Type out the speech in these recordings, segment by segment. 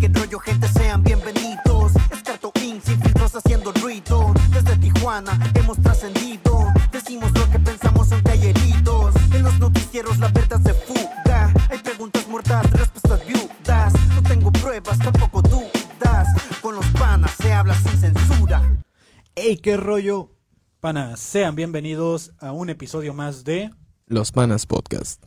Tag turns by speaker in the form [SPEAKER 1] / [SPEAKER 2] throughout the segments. [SPEAKER 1] qué rollo, gente, sean bienvenidos. Escarto Inc, sin filtros haciendo ruido. Desde Tijuana hemos trascendido. Decimos lo que pensamos son calleritos. En los noticieros la verdad se fuga. Hay preguntas muertas, respuestas viudas. No tengo pruebas, tampoco dudas. Con los panas se habla sin censura.
[SPEAKER 2] ¡Ey, qué rollo! Panas, sean bienvenidos a un episodio más de...
[SPEAKER 3] Los Manas Podcast.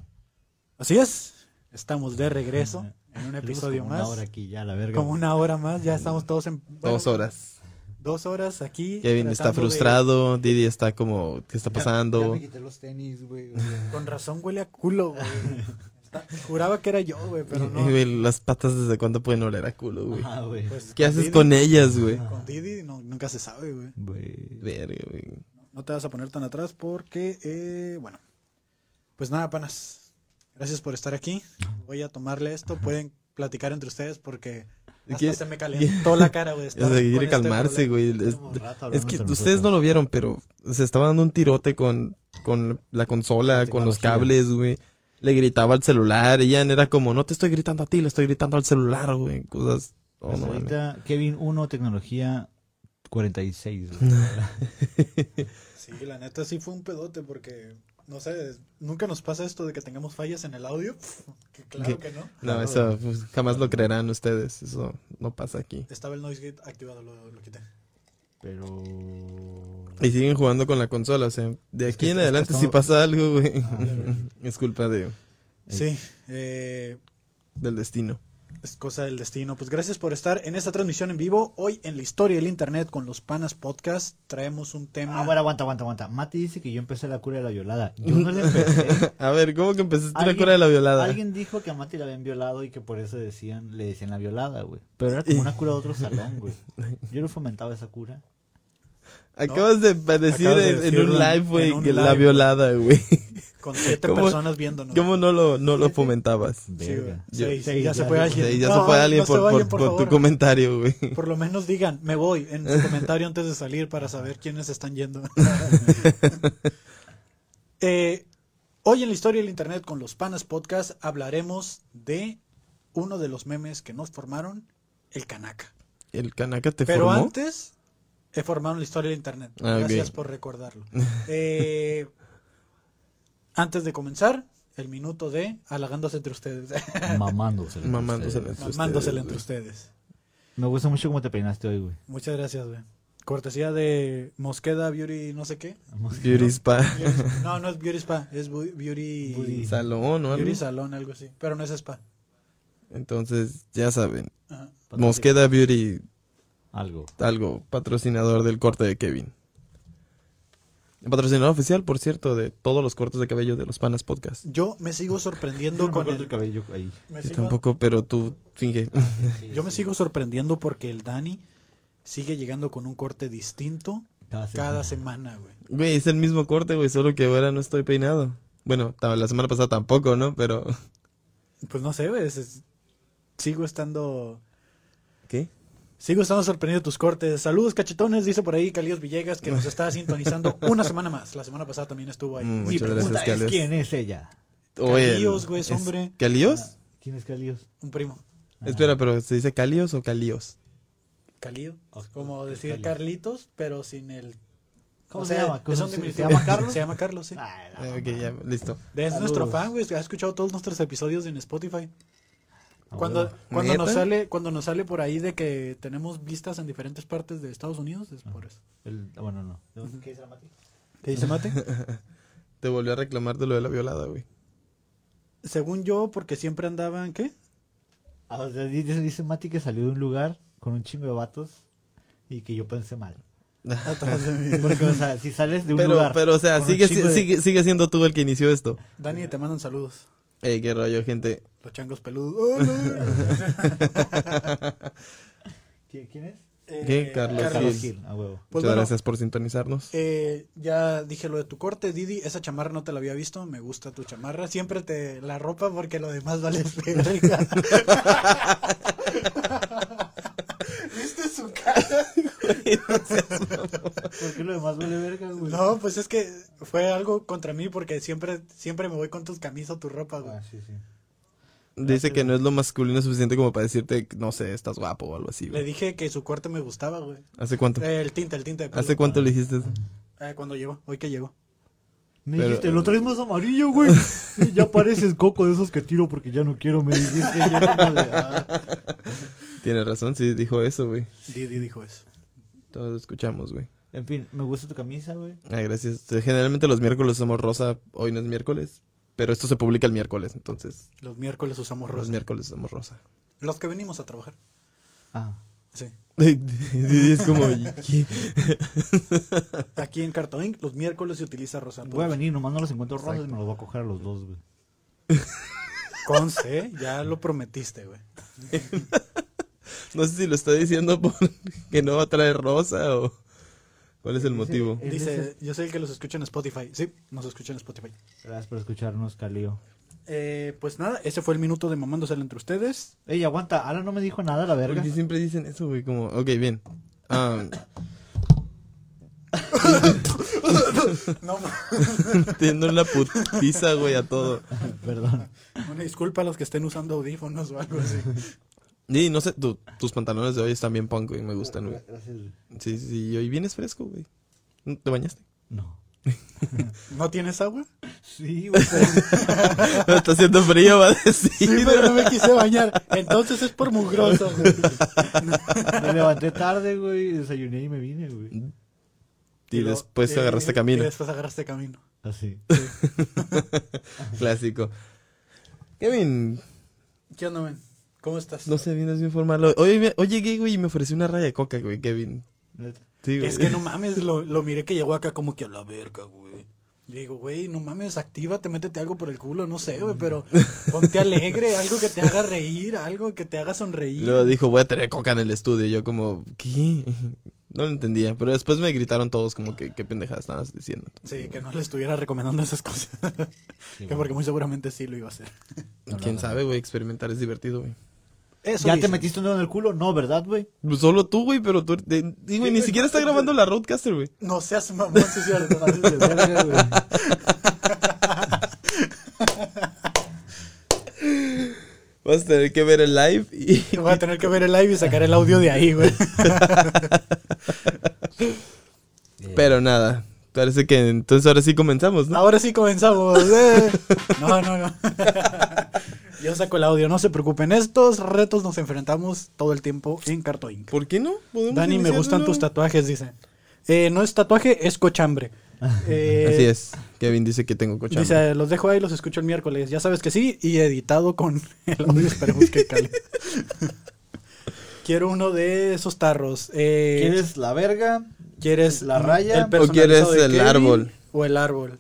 [SPEAKER 2] Así es, estamos de regreso en un episodio
[SPEAKER 4] como
[SPEAKER 2] más.
[SPEAKER 4] Una hora aquí ya, la verga.
[SPEAKER 2] Como una hora más, ya estamos todos en... bueno,
[SPEAKER 3] Dos horas.
[SPEAKER 2] Dos horas aquí.
[SPEAKER 3] Kevin está
[SPEAKER 2] tratando de-
[SPEAKER 3] frustrado, Didi está como, ¿qué está pasando?
[SPEAKER 5] quité los tenis, güey.
[SPEAKER 2] Con razón huele a culo, güey. Está- Juraba que era yo, güey, pero no.
[SPEAKER 3] Eh, güey, Las patas desde cuándo pueden oler a culo, güey.
[SPEAKER 4] Ah, güey.
[SPEAKER 2] Pues,
[SPEAKER 3] ¿Qué haces con ellas, güey?
[SPEAKER 2] Con Didi no- nunca se sabe, güey.
[SPEAKER 4] Güey.
[SPEAKER 3] Verga, güey.
[SPEAKER 2] No te vas a poner tan atrás porque, eh, bueno. Pues nada, panas. Gracias por estar aquí. Voy a tomarle esto. Pueden platicar entre ustedes porque hasta
[SPEAKER 3] ¿Qué?
[SPEAKER 2] se me calentó la cara, güey. de
[SPEAKER 3] O
[SPEAKER 2] estar
[SPEAKER 3] sea,
[SPEAKER 2] con
[SPEAKER 3] quiere
[SPEAKER 2] este
[SPEAKER 3] calmarse,
[SPEAKER 2] problema.
[SPEAKER 3] güey. Es,
[SPEAKER 4] Tenemos rato hablando
[SPEAKER 3] es que
[SPEAKER 4] entre
[SPEAKER 3] ustedes no
[SPEAKER 4] nosotros.
[SPEAKER 3] lo vieron, pero se estaba dando un tirote con, con la consola, con los
[SPEAKER 4] tecnología.
[SPEAKER 3] cables, güey. Le gritaba al celular. Ella era como, no te estoy gritando a ti, le estoy gritando al celular, güey. Cosas. Oh,
[SPEAKER 4] Pues
[SPEAKER 3] no, mames.
[SPEAKER 4] ahorita, Kevin 1, tecnología 46. güey.
[SPEAKER 2] Sí, la neta sí fue un pedote porque, no sé, nunca nos pasa esto de que tengamos fallas en el audio. Pff, Que claro que no.
[SPEAKER 3] No, eso pues, jamás lo creerán ustedes. Eso no pasa aquí.
[SPEAKER 2] Estaba el noise gate activado, lo, lo quité.
[SPEAKER 4] Pero.
[SPEAKER 3] Y siguen jugando con la consola, o sea, de aquí en
[SPEAKER 4] es que
[SPEAKER 3] adelante si
[SPEAKER 4] estamos-
[SPEAKER 3] pasa algo, güey,
[SPEAKER 2] Ah,
[SPEAKER 3] es culpa de,
[SPEAKER 2] Sí, eh,
[SPEAKER 3] del destino.
[SPEAKER 2] Es cosa del destino. Pues gracias por estar en esta transmisión en vivo. Hoy en la historia del internet con los panas podcast traemos un tema.
[SPEAKER 4] Ah, bueno, aguanta, aguanta, aguanta. Mati dice que yo empecé la cura de la violada. Yo no la empecé.
[SPEAKER 3] A ver, ¿cómo que empezaste la
[SPEAKER 4] Alguien-
[SPEAKER 3] cura de la violada?
[SPEAKER 4] Alguien dijo que a Mati la habían violado y que por eso decían, le decían la violada, güey. Pero era como una cura de otro salón, güey. Yo no fomentaba esa cura.
[SPEAKER 3] Acabas de pa- decir,
[SPEAKER 2] Acabas de
[SPEAKER 3] en- en,
[SPEAKER 2] decirlo
[SPEAKER 3] un
[SPEAKER 2] en-
[SPEAKER 3] live,
[SPEAKER 2] en
[SPEAKER 3] güey,
[SPEAKER 2] un
[SPEAKER 3] que la
[SPEAKER 2] live,
[SPEAKER 3] violada, güey.
[SPEAKER 2] Con siete
[SPEAKER 3] ¿Cómo-
[SPEAKER 2] personas viéndonos.
[SPEAKER 3] ¿Cómo no lo, no lo fomentabas?
[SPEAKER 2] Sí, güey.
[SPEAKER 4] Verga.
[SPEAKER 3] Yo-
[SPEAKER 2] Sí, sí,
[SPEAKER 4] sí,
[SPEAKER 2] ya,
[SPEAKER 4] ya
[SPEAKER 2] se fue
[SPEAKER 4] lo-
[SPEAKER 2] alguien.
[SPEAKER 3] Sí, ya se
[SPEAKER 2] No,
[SPEAKER 3] fue alguien
[SPEAKER 2] no
[SPEAKER 3] por,
[SPEAKER 2] vayan,
[SPEAKER 3] por-
[SPEAKER 2] por
[SPEAKER 3] por
[SPEAKER 2] favor.
[SPEAKER 3] tu comentario, güey.
[SPEAKER 2] Por lo menos digan, me voy en su comentario antes de salir para saber quiénes están yendo. Eh, hoy en la historia del internet con los panas podcast hablaremos de uno de los memes que nos formaron, el Kanaka.
[SPEAKER 3] ¿El canaca te
[SPEAKER 2] Pero
[SPEAKER 3] formó?
[SPEAKER 2] antes he formado la historia de internet.
[SPEAKER 3] Ah, ok.
[SPEAKER 2] Gracias por recordarlo. Eh, antes de comenzar, el minuto de halagándose entre ustedes,
[SPEAKER 4] Mamándosela.
[SPEAKER 3] Mamándosela.
[SPEAKER 4] Ustedes.
[SPEAKER 2] mamándosela
[SPEAKER 3] ustedes,
[SPEAKER 2] entre
[SPEAKER 3] güey.
[SPEAKER 2] ustedes.
[SPEAKER 4] Me gusta mucho cómo te peinaste hoy, güey.
[SPEAKER 2] Muchas gracias, güey. Cortesía de Mosqueda Beauty, no sé qué.
[SPEAKER 3] Beauty Spa.
[SPEAKER 2] Beauty- No, no es Beauty Spa, es bu- Beauty,
[SPEAKER 4] Beauty-
[SPEAKER 3] Salón o algo.
[SPEAKER 2] Beauty Salón, algo así. Pero no es Spa.
[SPEAKER 3] Entonces, ya saben.
[SPEAKER 2] Ajá.
[SPEAKER 3] Mosqueda Beauty,
[SPEAKER 4] Algo.
[SPEAKER 3] algo, patrocinador del corte de Kevin. Patrocinador oficial, por cierto, de todos los cortes de cabello de los Panas Podcast.
[SPEAKER 2] Yo me sigo
[SPEAKER 4] Yo
[SPEAKER 2] sorprendiendo
[SPEAKER 4] no me
[SPEAKER 2] con
[SPEAKER 4] corto
[SPEAKER 2] el-
[SPEAKER 4] el cabello ahí.
[SPEAKER 2] me
[SPEAKER 3] Yo
[SPEAKER 2] sigo-
[SPEAKER 3] tampoco, pero tú finge.
[SPEAKER 2] Yo me sigo sorprendiendo porque el Dani sigue llegando con un corte distinto
[SPEAKER 4] Cada
[SPEAKER 2] cada semana, güey.
[SPEAKER 3] Güey, es el mismo corte, güey, solo que ahora no estoy peinado. Bueno, ta- la semana pasada tampoco, ¿no? Pero.
[SPEAKER 2] Pues no sé, güey. es- es- sigo estando.
[SPEAKER 3] ¿Qué?
[SPEAKER 2] Sigo estando sorprendido de tus cortes. Saludos, cachetones, dice por ahí Calíos Villegas, que nos está sintonizando una semana más. La semana pasada también estuvo ahí.
[SPEAKER 3] Mm,
[SPEAKER 4] Mi
[SPEAKER 3] Muchas
[SPEAKER 4] pregunta
[SPEAKER 3] gracias,
[SPEAKER 4] es,
[SPEAKER 3] Calios.
[SPEAKER 4] ¿quién es ella? Ah,
[SPEAKER 3] Oye,
[SPEAKER 2] Calíos, güey,
[SPEAKER 3] ¿es
[SPEAKER 2] hombre.
[SPEAKER 3] ¿Calíos?
[SPEAKER 4] ¿Quién es Calios?
[SPEAKER 2] Un primo.
[SPEAKER 3] Espera, pero ¿se dice Calios o Calíos?
[SPEAKER 2] Calío.
[SPEAKER 4] Ok,
[SPEAKER 2] Como
[SPEAKER 4] ok,
[SPEAKER 2] decir
[SPEAKER 4] Calíos.
[SPEAKER 2] Carlitos, pero sin el.
[SPEAKER 4] ¿Cómo
[SPEAKER 2] o
[SPEAKER 4] se
[SPEAKER 2] sea,
[SPEAKER 4] llama?
[SPEAKER 2] es
[SPEAKER 4] ¿Cómo
[SPEAKER 2] un
[SPEAKER 4] se-
[SPEAKER 2] diminutivo.
[SPEAKER 4] se llama Carlos?
[SPEAKER 2] Se llama Carlos, sí.
[SPEAKER 4] Ay, Ah, la
[SPEAKER 3] Eh, ok, ya, listo.
[SPEAKER 2] Es
[SPEAKER 4] Saludos.
[SPEAKER 2] nuestro fan, güey. Ha escuchado todos nuestros episodios en Spotify.
[SPEAKER 4] Ah,
[SPEAKER 2] Cuando,
[SPEAKER 4] bueno.
[SPEAKER 2] cuando nos
[SPEAKER 3] ¿Neta?
[SPEAKER 2] sale, cuando nos sale por ahí de que tenemos vistas en diferentes partes de Estados Unidos, es por eso.
[SPEAKER 4] El- ah, bueno, no. ¿Qué dice la Mati?
[SPEAKER 2] ¿Qué dice Mate?
[SPEAKER 3] Te volvió a reclamar de lo de la violada, güey.
[SPEAKER 2] Según yo, porque siempre andaban, ¿qué?
[SPEAKER 4] Ah, o sea, di- dice, dice Mati que salió de un lugar con un chingo de vatos y que yo pensé mal.
[SPEAKER 2] Atrás de mí.
[SPEAKER 4] Porque, o sea, si sales de un
[SPEAKER 3] Pero,
[SPEAKER 4] lugar.
[SPEAKER 3] pero, o sea,
[SPEAKER 4] con un
[SPEAKER 3] sigue,
[SPEAKER 4] chingo de-
[SPEAKER 3] sigue, sigue siendo tú el que inició esto.
[SPEAKER 2] Dani, te mandan saludos.
[SPEAKER 3] Ey, qué rollo, gente.
[SPEAKER 2] Los changos peludos. ¡Oh, no!
[SPEAKER 4] ¿Qui- ¿Quién es?
[SPEAKER 2] Eh,
[SPEAKER 3] ¿Qué? Carlos
[SPEAKER 4] Carlos
[SPEAKER 3] Gil.
[SPEAKER 4] Gil, a huevo.
[SPEAKER 2] Pues
[SPEAKER 3] Muchas
[SPEAKER 2] bueno,
[SPEAKER 3] gracias por sintonizarnos.
[SPEAKER 2] eh, ya dije lo de tu corte, Didi. Esa chamarra no te la había visto. Me gusta tu chamarra. Siempre te la ropa porque lo demás vale verga. ¿Viste su cara?
[SPEAKER 4] ¿Por qué lo demás vale verga, güey?
[SPEAKER 2] No, pues es que
[SPEAKER 3] Ah.
[SPEAKER 2] fue algo contra mí porque siempre siempre me voy con tus camisas o tu ropa, güey.
[SPEAKER 4] Ah, sí, sí.
[SPEAKER 3] Dice que no es lo masculino suficiente como para decirte, no sé, estás guapo o algo así,
[SPEAKER 2] Le
[SPEAKER 3] güey.
[SPEAKER 2] dije que su corte me gustaba, güey.
[SPEAKER 3] ¿Hace cuánto?
[SPEAKER 2] Eh, El tinte, el tinte de pelo.
[SPEAKER 3] ¿Hace cuánto le dijiste eso?
[SPEAKER 2] Eh, cuando llegó, hoy que llegó.
[SPEAKER 4] Me
[SPEAKER 3] Pero-
[SPEAKER 4] dijiste, lo traes más amarillo, güey. Y ya pareces coco de esos que tiro porque ya no quiero. Me dijiste, ya ándale, ah.
[SPEAKER 3] Tienes razón, sí, dijo eso, güey.
[SPEAKER 2] Didi dijo eso.
[SPEAKER 3] Todos lo escuchamos, güey.
[SPEAKER 4] En fin, me gusta tu camisa, güey.
[SPEAKER 3] Ah, gracias. Generalmente los miércoles somos rosa, hoy no es miércoles, pero esto se publica el miércoles, entonces
[SPEAKER 2] Los miércoles usamos
[SPEAKER 3] los
[SPEAKER 2] rosa.
[SPEAKER 3] miércoles somos rosa.
[SPEAKER 2] Los que venimos a trabajar.
[SPEAKER 4] Ah.
[SPEAKER 2] Sí.
[SPEAKER 3] Y es como, ¿qué?
[SPEAKER 2] Aquí en Cartoon Inc, los miércoles se utiliza rosa.
[SPEAKER 4] Voy a venir, nomás no los encuentro rosas y me los voy a coger a los dos, güey.
[SPEAKER 2] Conce, ¿eh? ya lo prometiste, güey.
[SPEAKER 3] no sé si lo está diciendo porque no va a traer rosa o cuál es el motivo.
[SPEAKER 4] Él
[SPEAKER 2] Dice, yo soy el que los escucha en Spotify. Sí, nos escucha en Spotify.
[SPEAKER 4] Gracias por escucharnos, Calío.
[SPEAKER 2] Eh, pues nada, ese fue el minuto de mamándosela entre ustedes.
[SPEAKER 4] Ey, aguanta, Alan no me dijo nada, la verga.
[SPEAKER 3] Porque siempre dicen eso, güey, como, ok, bien. Ah,
[SPEAKER 2] No,
[SPEAKER 3] Tiendo la putiza, güey, a todo.
[SPEAKER 4] Perdón.
[SPEAKER 2] una disculpa a los que estén usando audífonos o algo así.
[SPEAKER 3] Y no sé, tu- tus pantalones de hoy están bien punk, güey, me gustan, güey.
[SPEAKER 4] Gracias, güey.
[SPEAKER 3] Sí, sí, sí, y hoy vienes fresco, güey. ¿Te bañaste?
[SPEAKER 4] No.
[SPEAKER 2] ¿No tienes agua?
[SPEAKER 4] Sí, güey. pero-
[SPEAKER 3] Está haciendo frío, va a decir.
[SPEAKER 2] Sí, pero no me quise bañar. Entonces es por mugroso. güey.
[SPEAKER 4] Me levanté tarde, güey. Desayuné y me vine, güey.
[SPEAKER 3] Y
[SPEAKER 2] lo-
[SPEAKER 3] después
[SPEAKER 2] eh,
[SPEAKER 3] agarraste camino.
[SPEAKER 2] Y después agarraste camino.
[SPEAKER 4] Así.
[SPEAKER 3] Clásico. Kevin,
[SPEAKER 2] ¿Qué onda, men? ¿Cómo estás?
[SPEAKER 3] no sé, vienes bien formal. hoy. Hoy, me- hoy llegué, güey, y me ofreció una raya de coca, güey, Kevin.
[SPEAKER 4] Neta.
[SPEAKER 3] Sí, güey.
[SPEAKER 2] Es que no mames, lo, lo miré que llegó acá como que a la verga, güey. Le digo, güey, no mames, actívate, métete algo por el culo, no sé, güey, pero ponte alegre, algo que te haga reír, algo que te haga
[SPEAKER 3] Y
[SPEAKER 2] sonreír.
[SPEAKER 3] Luego dijo, voy a tener coca en el estudio. Y yo como, ¿qué? No lo entendía. Pero después me gritaron todos como que, ¿qué pendejada estabas diciendo?
[SPEAKER 2] Sí, que no le estuviera recomendando esas cosas. que porque muy seguramente sí lo iba a hacer.
[SPEAKER 3] ¿Quién sabe, güey? Experimentar es divertido, güey.
[SPEAKER 2] Eso
[SPEAKER 4] ¿Ya te
[SPEAKER 2] dicen.
[SPEAKER 4] metiste un dedo en el culo? No, ¿verdad, güey?
[SPEAKER 3] Pues Solo tú, güey, pero tú... de- de- güey, ni
[SPEAKER 2] güey,
[SPEAKER 3] siquiera está
[SPEAKER 2] no,
[SPEAKER 3] grabando la Roadcaster, güey.
[SPEAKER 2] No seas mamón, sí, cierto.
[SPEAKER 4] Pases de verga, güey.
[SPEAKER 3] Vas a tener que ver el live y...
[SPEAKER 2] Voy a tener que ver el live y sacar el audio de ahí, güey.
[SPEAKER 3] Pero nada, parece que entonces ahora sí comenzamos, ¿no?
[SPEAKER 2] Ahora sí comenzamos. eh. No, no, no. Yo saco el audio, no se preocupen. Estos retos nos enfrentamos todo el tiempo en Cartoon Inc.
[SPEAKER 3] ¿Por qué no? ¿Podemos
[SPEAKER 2] Dani, me
[SPEAKER 3] iniciar de
[SPEAKER 2] gustan
[SPEAKER 3] nuevo?
[SPEAKER 2] tus tatuajes, dice. Eh, no es tatuaje, es cochambre. Eh,
[SPEAKER 3] Así es. Kevin dice que tengo cochambre.
[SPEAKER 2] Dice, los dejo ahí, los escucho el miércoles. Ya sabes que sí, y editado con el audio, esperemos que cale. Quiero uno de esos tarros. Eh,
[SPEAKER 4] ¿Quieres la verga?
[SPEAKER 2] ¿Quieres
[SPEAKER 4] la raya?
[SPEAKER 2] el
[SPEAKER 4] ¿O
[SPEAKER 2] personalizado
[SPEAKER 3] quieres
[SPEAKER 2] de
[SPEAKER 3] el
[SPEAKER 2] Kevin
[SPEAKER 3] árbol?
[SPEAKER 2] O el árbol.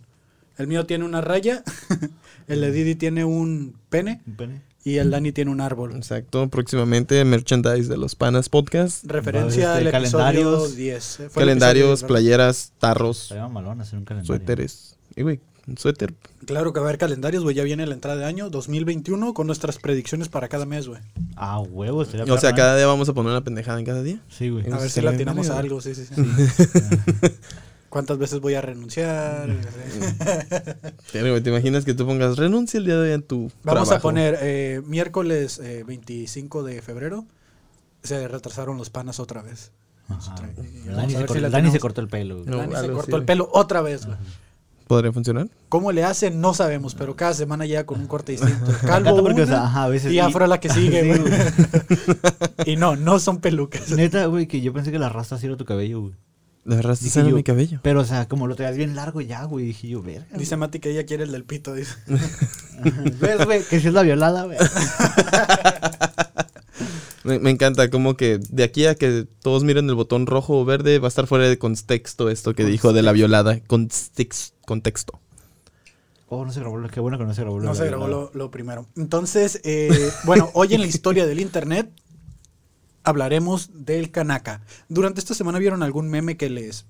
[SPEAKER 2] El mío tiene una raya, el
[SPEAKER 4] Mm.
[SPEAKER 2] de Didi tiene un pene
[SPEAKER 4] ¿Un pene?
[SPEAKER 2] y el Dani tiene un árbol.
[SPEAKER 3] Exacto, próximamente merchandise de los panas podcast.
[SPEAKER 2] Referencia
[SPEAKER 4] Este,
[SPEAKER 2] al episodio
[SPEAKER 4] calendarios.
[SPEAKER 2] 10. eh, fue el
[SPEAKER 3] Calendarios,
[SPEAKER 2] episodio-
[SPEAKER 3] playeras, tarros,
[SPEAKER 4] Estaría malón hacer un calendario.
[SPEAKER 3] suéteres. Y güey, un suéter.
[SPEAKER 2] Claro que va a haber calendarios, güey. Ya viene la entrada de año 2021 con nuestras predicciones para cada mes, güey.
[SPEAKER 4] Ah, huevo, estaría
[SPEAKER 3] O sea,
[SPEAKER 4] perrón.
[SPEAKER 3] cada día vamos a poner una pendejada en cada día.
[SPEAKER 4] Sí, güey.
[SPEAKER 2] A ver si
[SPEAKER 3] Estaría
[SPEAKER 2] la tiramos
[SPEAKER 3] bien,
[SPEAKER 2] a
[SPEAKER 3] güey.
[SPEAKER 2] algo, sí, sí, sí. ¿Cuántas veces voy a renunciar?
[SPEAKER 4] Mm.
[SPEAKER 3] Pero, güey, ¿te imaginas que tú pongas renuncia el día de hoy a tu
[SPEAKER 2] Vamos a
[SPEAKER 3] trabajo?
[SPEAKER 2] poner eh, miércoles eh, 25 de febrero. Se retrasaron los panas otra vez.
[SPEAKER 4] Ajá.
[SPEAKER 2] Otra vez. Vamos a
[SPEAKER 4] Dani, se
[SPEAKER 2] ver
[SPEAKER 4] cortó,
[SPEAKER 2] si la
[SPEAKER 4] Dani se
[SPEAKER 2] tenemos.
[SPEAKER 4] cortó el pelo, güey.
[SPEAKER 3] No,
[SPEAKER 2] Dani se
[SPEAKER 3] algo
[SPEAKER 2] cortó
[SPEAKER 3] así,
[SPEAKER 2] el
[SPEAKER 3] güey.
[SPEAKER 2] pelo otra vez, güey.
[SPEAKER 3] ¿Podría funcionar?
[SPEAKER 2] ¿Cómo le hacen? No sabemos, pero cada semana llega con un corte distinto. Calvo
[SPEAKER 4] encanta porque,
[SPEAKER 2] una,
[SPEAKER 4] o sea, ajá, a veces-
[SPEAKER 2] y
[SPEAKER 4] y-
[SPEAKER 2] afro la que sigue,
[SPEAKER 4] Sí,
[SPEAKER 2] güey.
[SPEAKER 4] güey.
[SPEAKER 2] y no, no son pelucas.
[SPEAKER 4] Neta, güey, que yo pensé que la rastas sí era tu cabello, güey.
[SPEAKER 3] La verdad
[SPEAKER 4] Dije
[SPEAKER 3] está en
[SPEAKER 4] yo,
[SPEAKER 3] mi cabello.
[SPEAKER 4] Pero, o sea, como lo traías bien largo ya, güey, dije yo, verga. güey.
[SPEAKER 2] Dice Mati que ella quiere el del pito, dice.
[SPEAKER 4] ¿Ves, güey? Que si es la violada, güey.
[SPEAKER 3] Me, me encanta, como que de aquí a que todos miren el botón rojo o verde, va a estar fuera de contexto esto que dijo de la violada. Context- contexto.
[SPEAKER 4] Oh, no se grabó, lo- qué bueno que no se grabó. lo
[SPEAKER 2] No
[SPEAKER 4] de
[SPEAKER 2] se
[SPEAKER 4] la
[SPEAKER 2] grabó
[SPEAKER 4] violada.
[SPEAKER 2] lo, lo primero. Entonces, eh, bueno, hoy en la historia del internet hablaremos del Kanaka. Durante esta semana vieron algún meme que les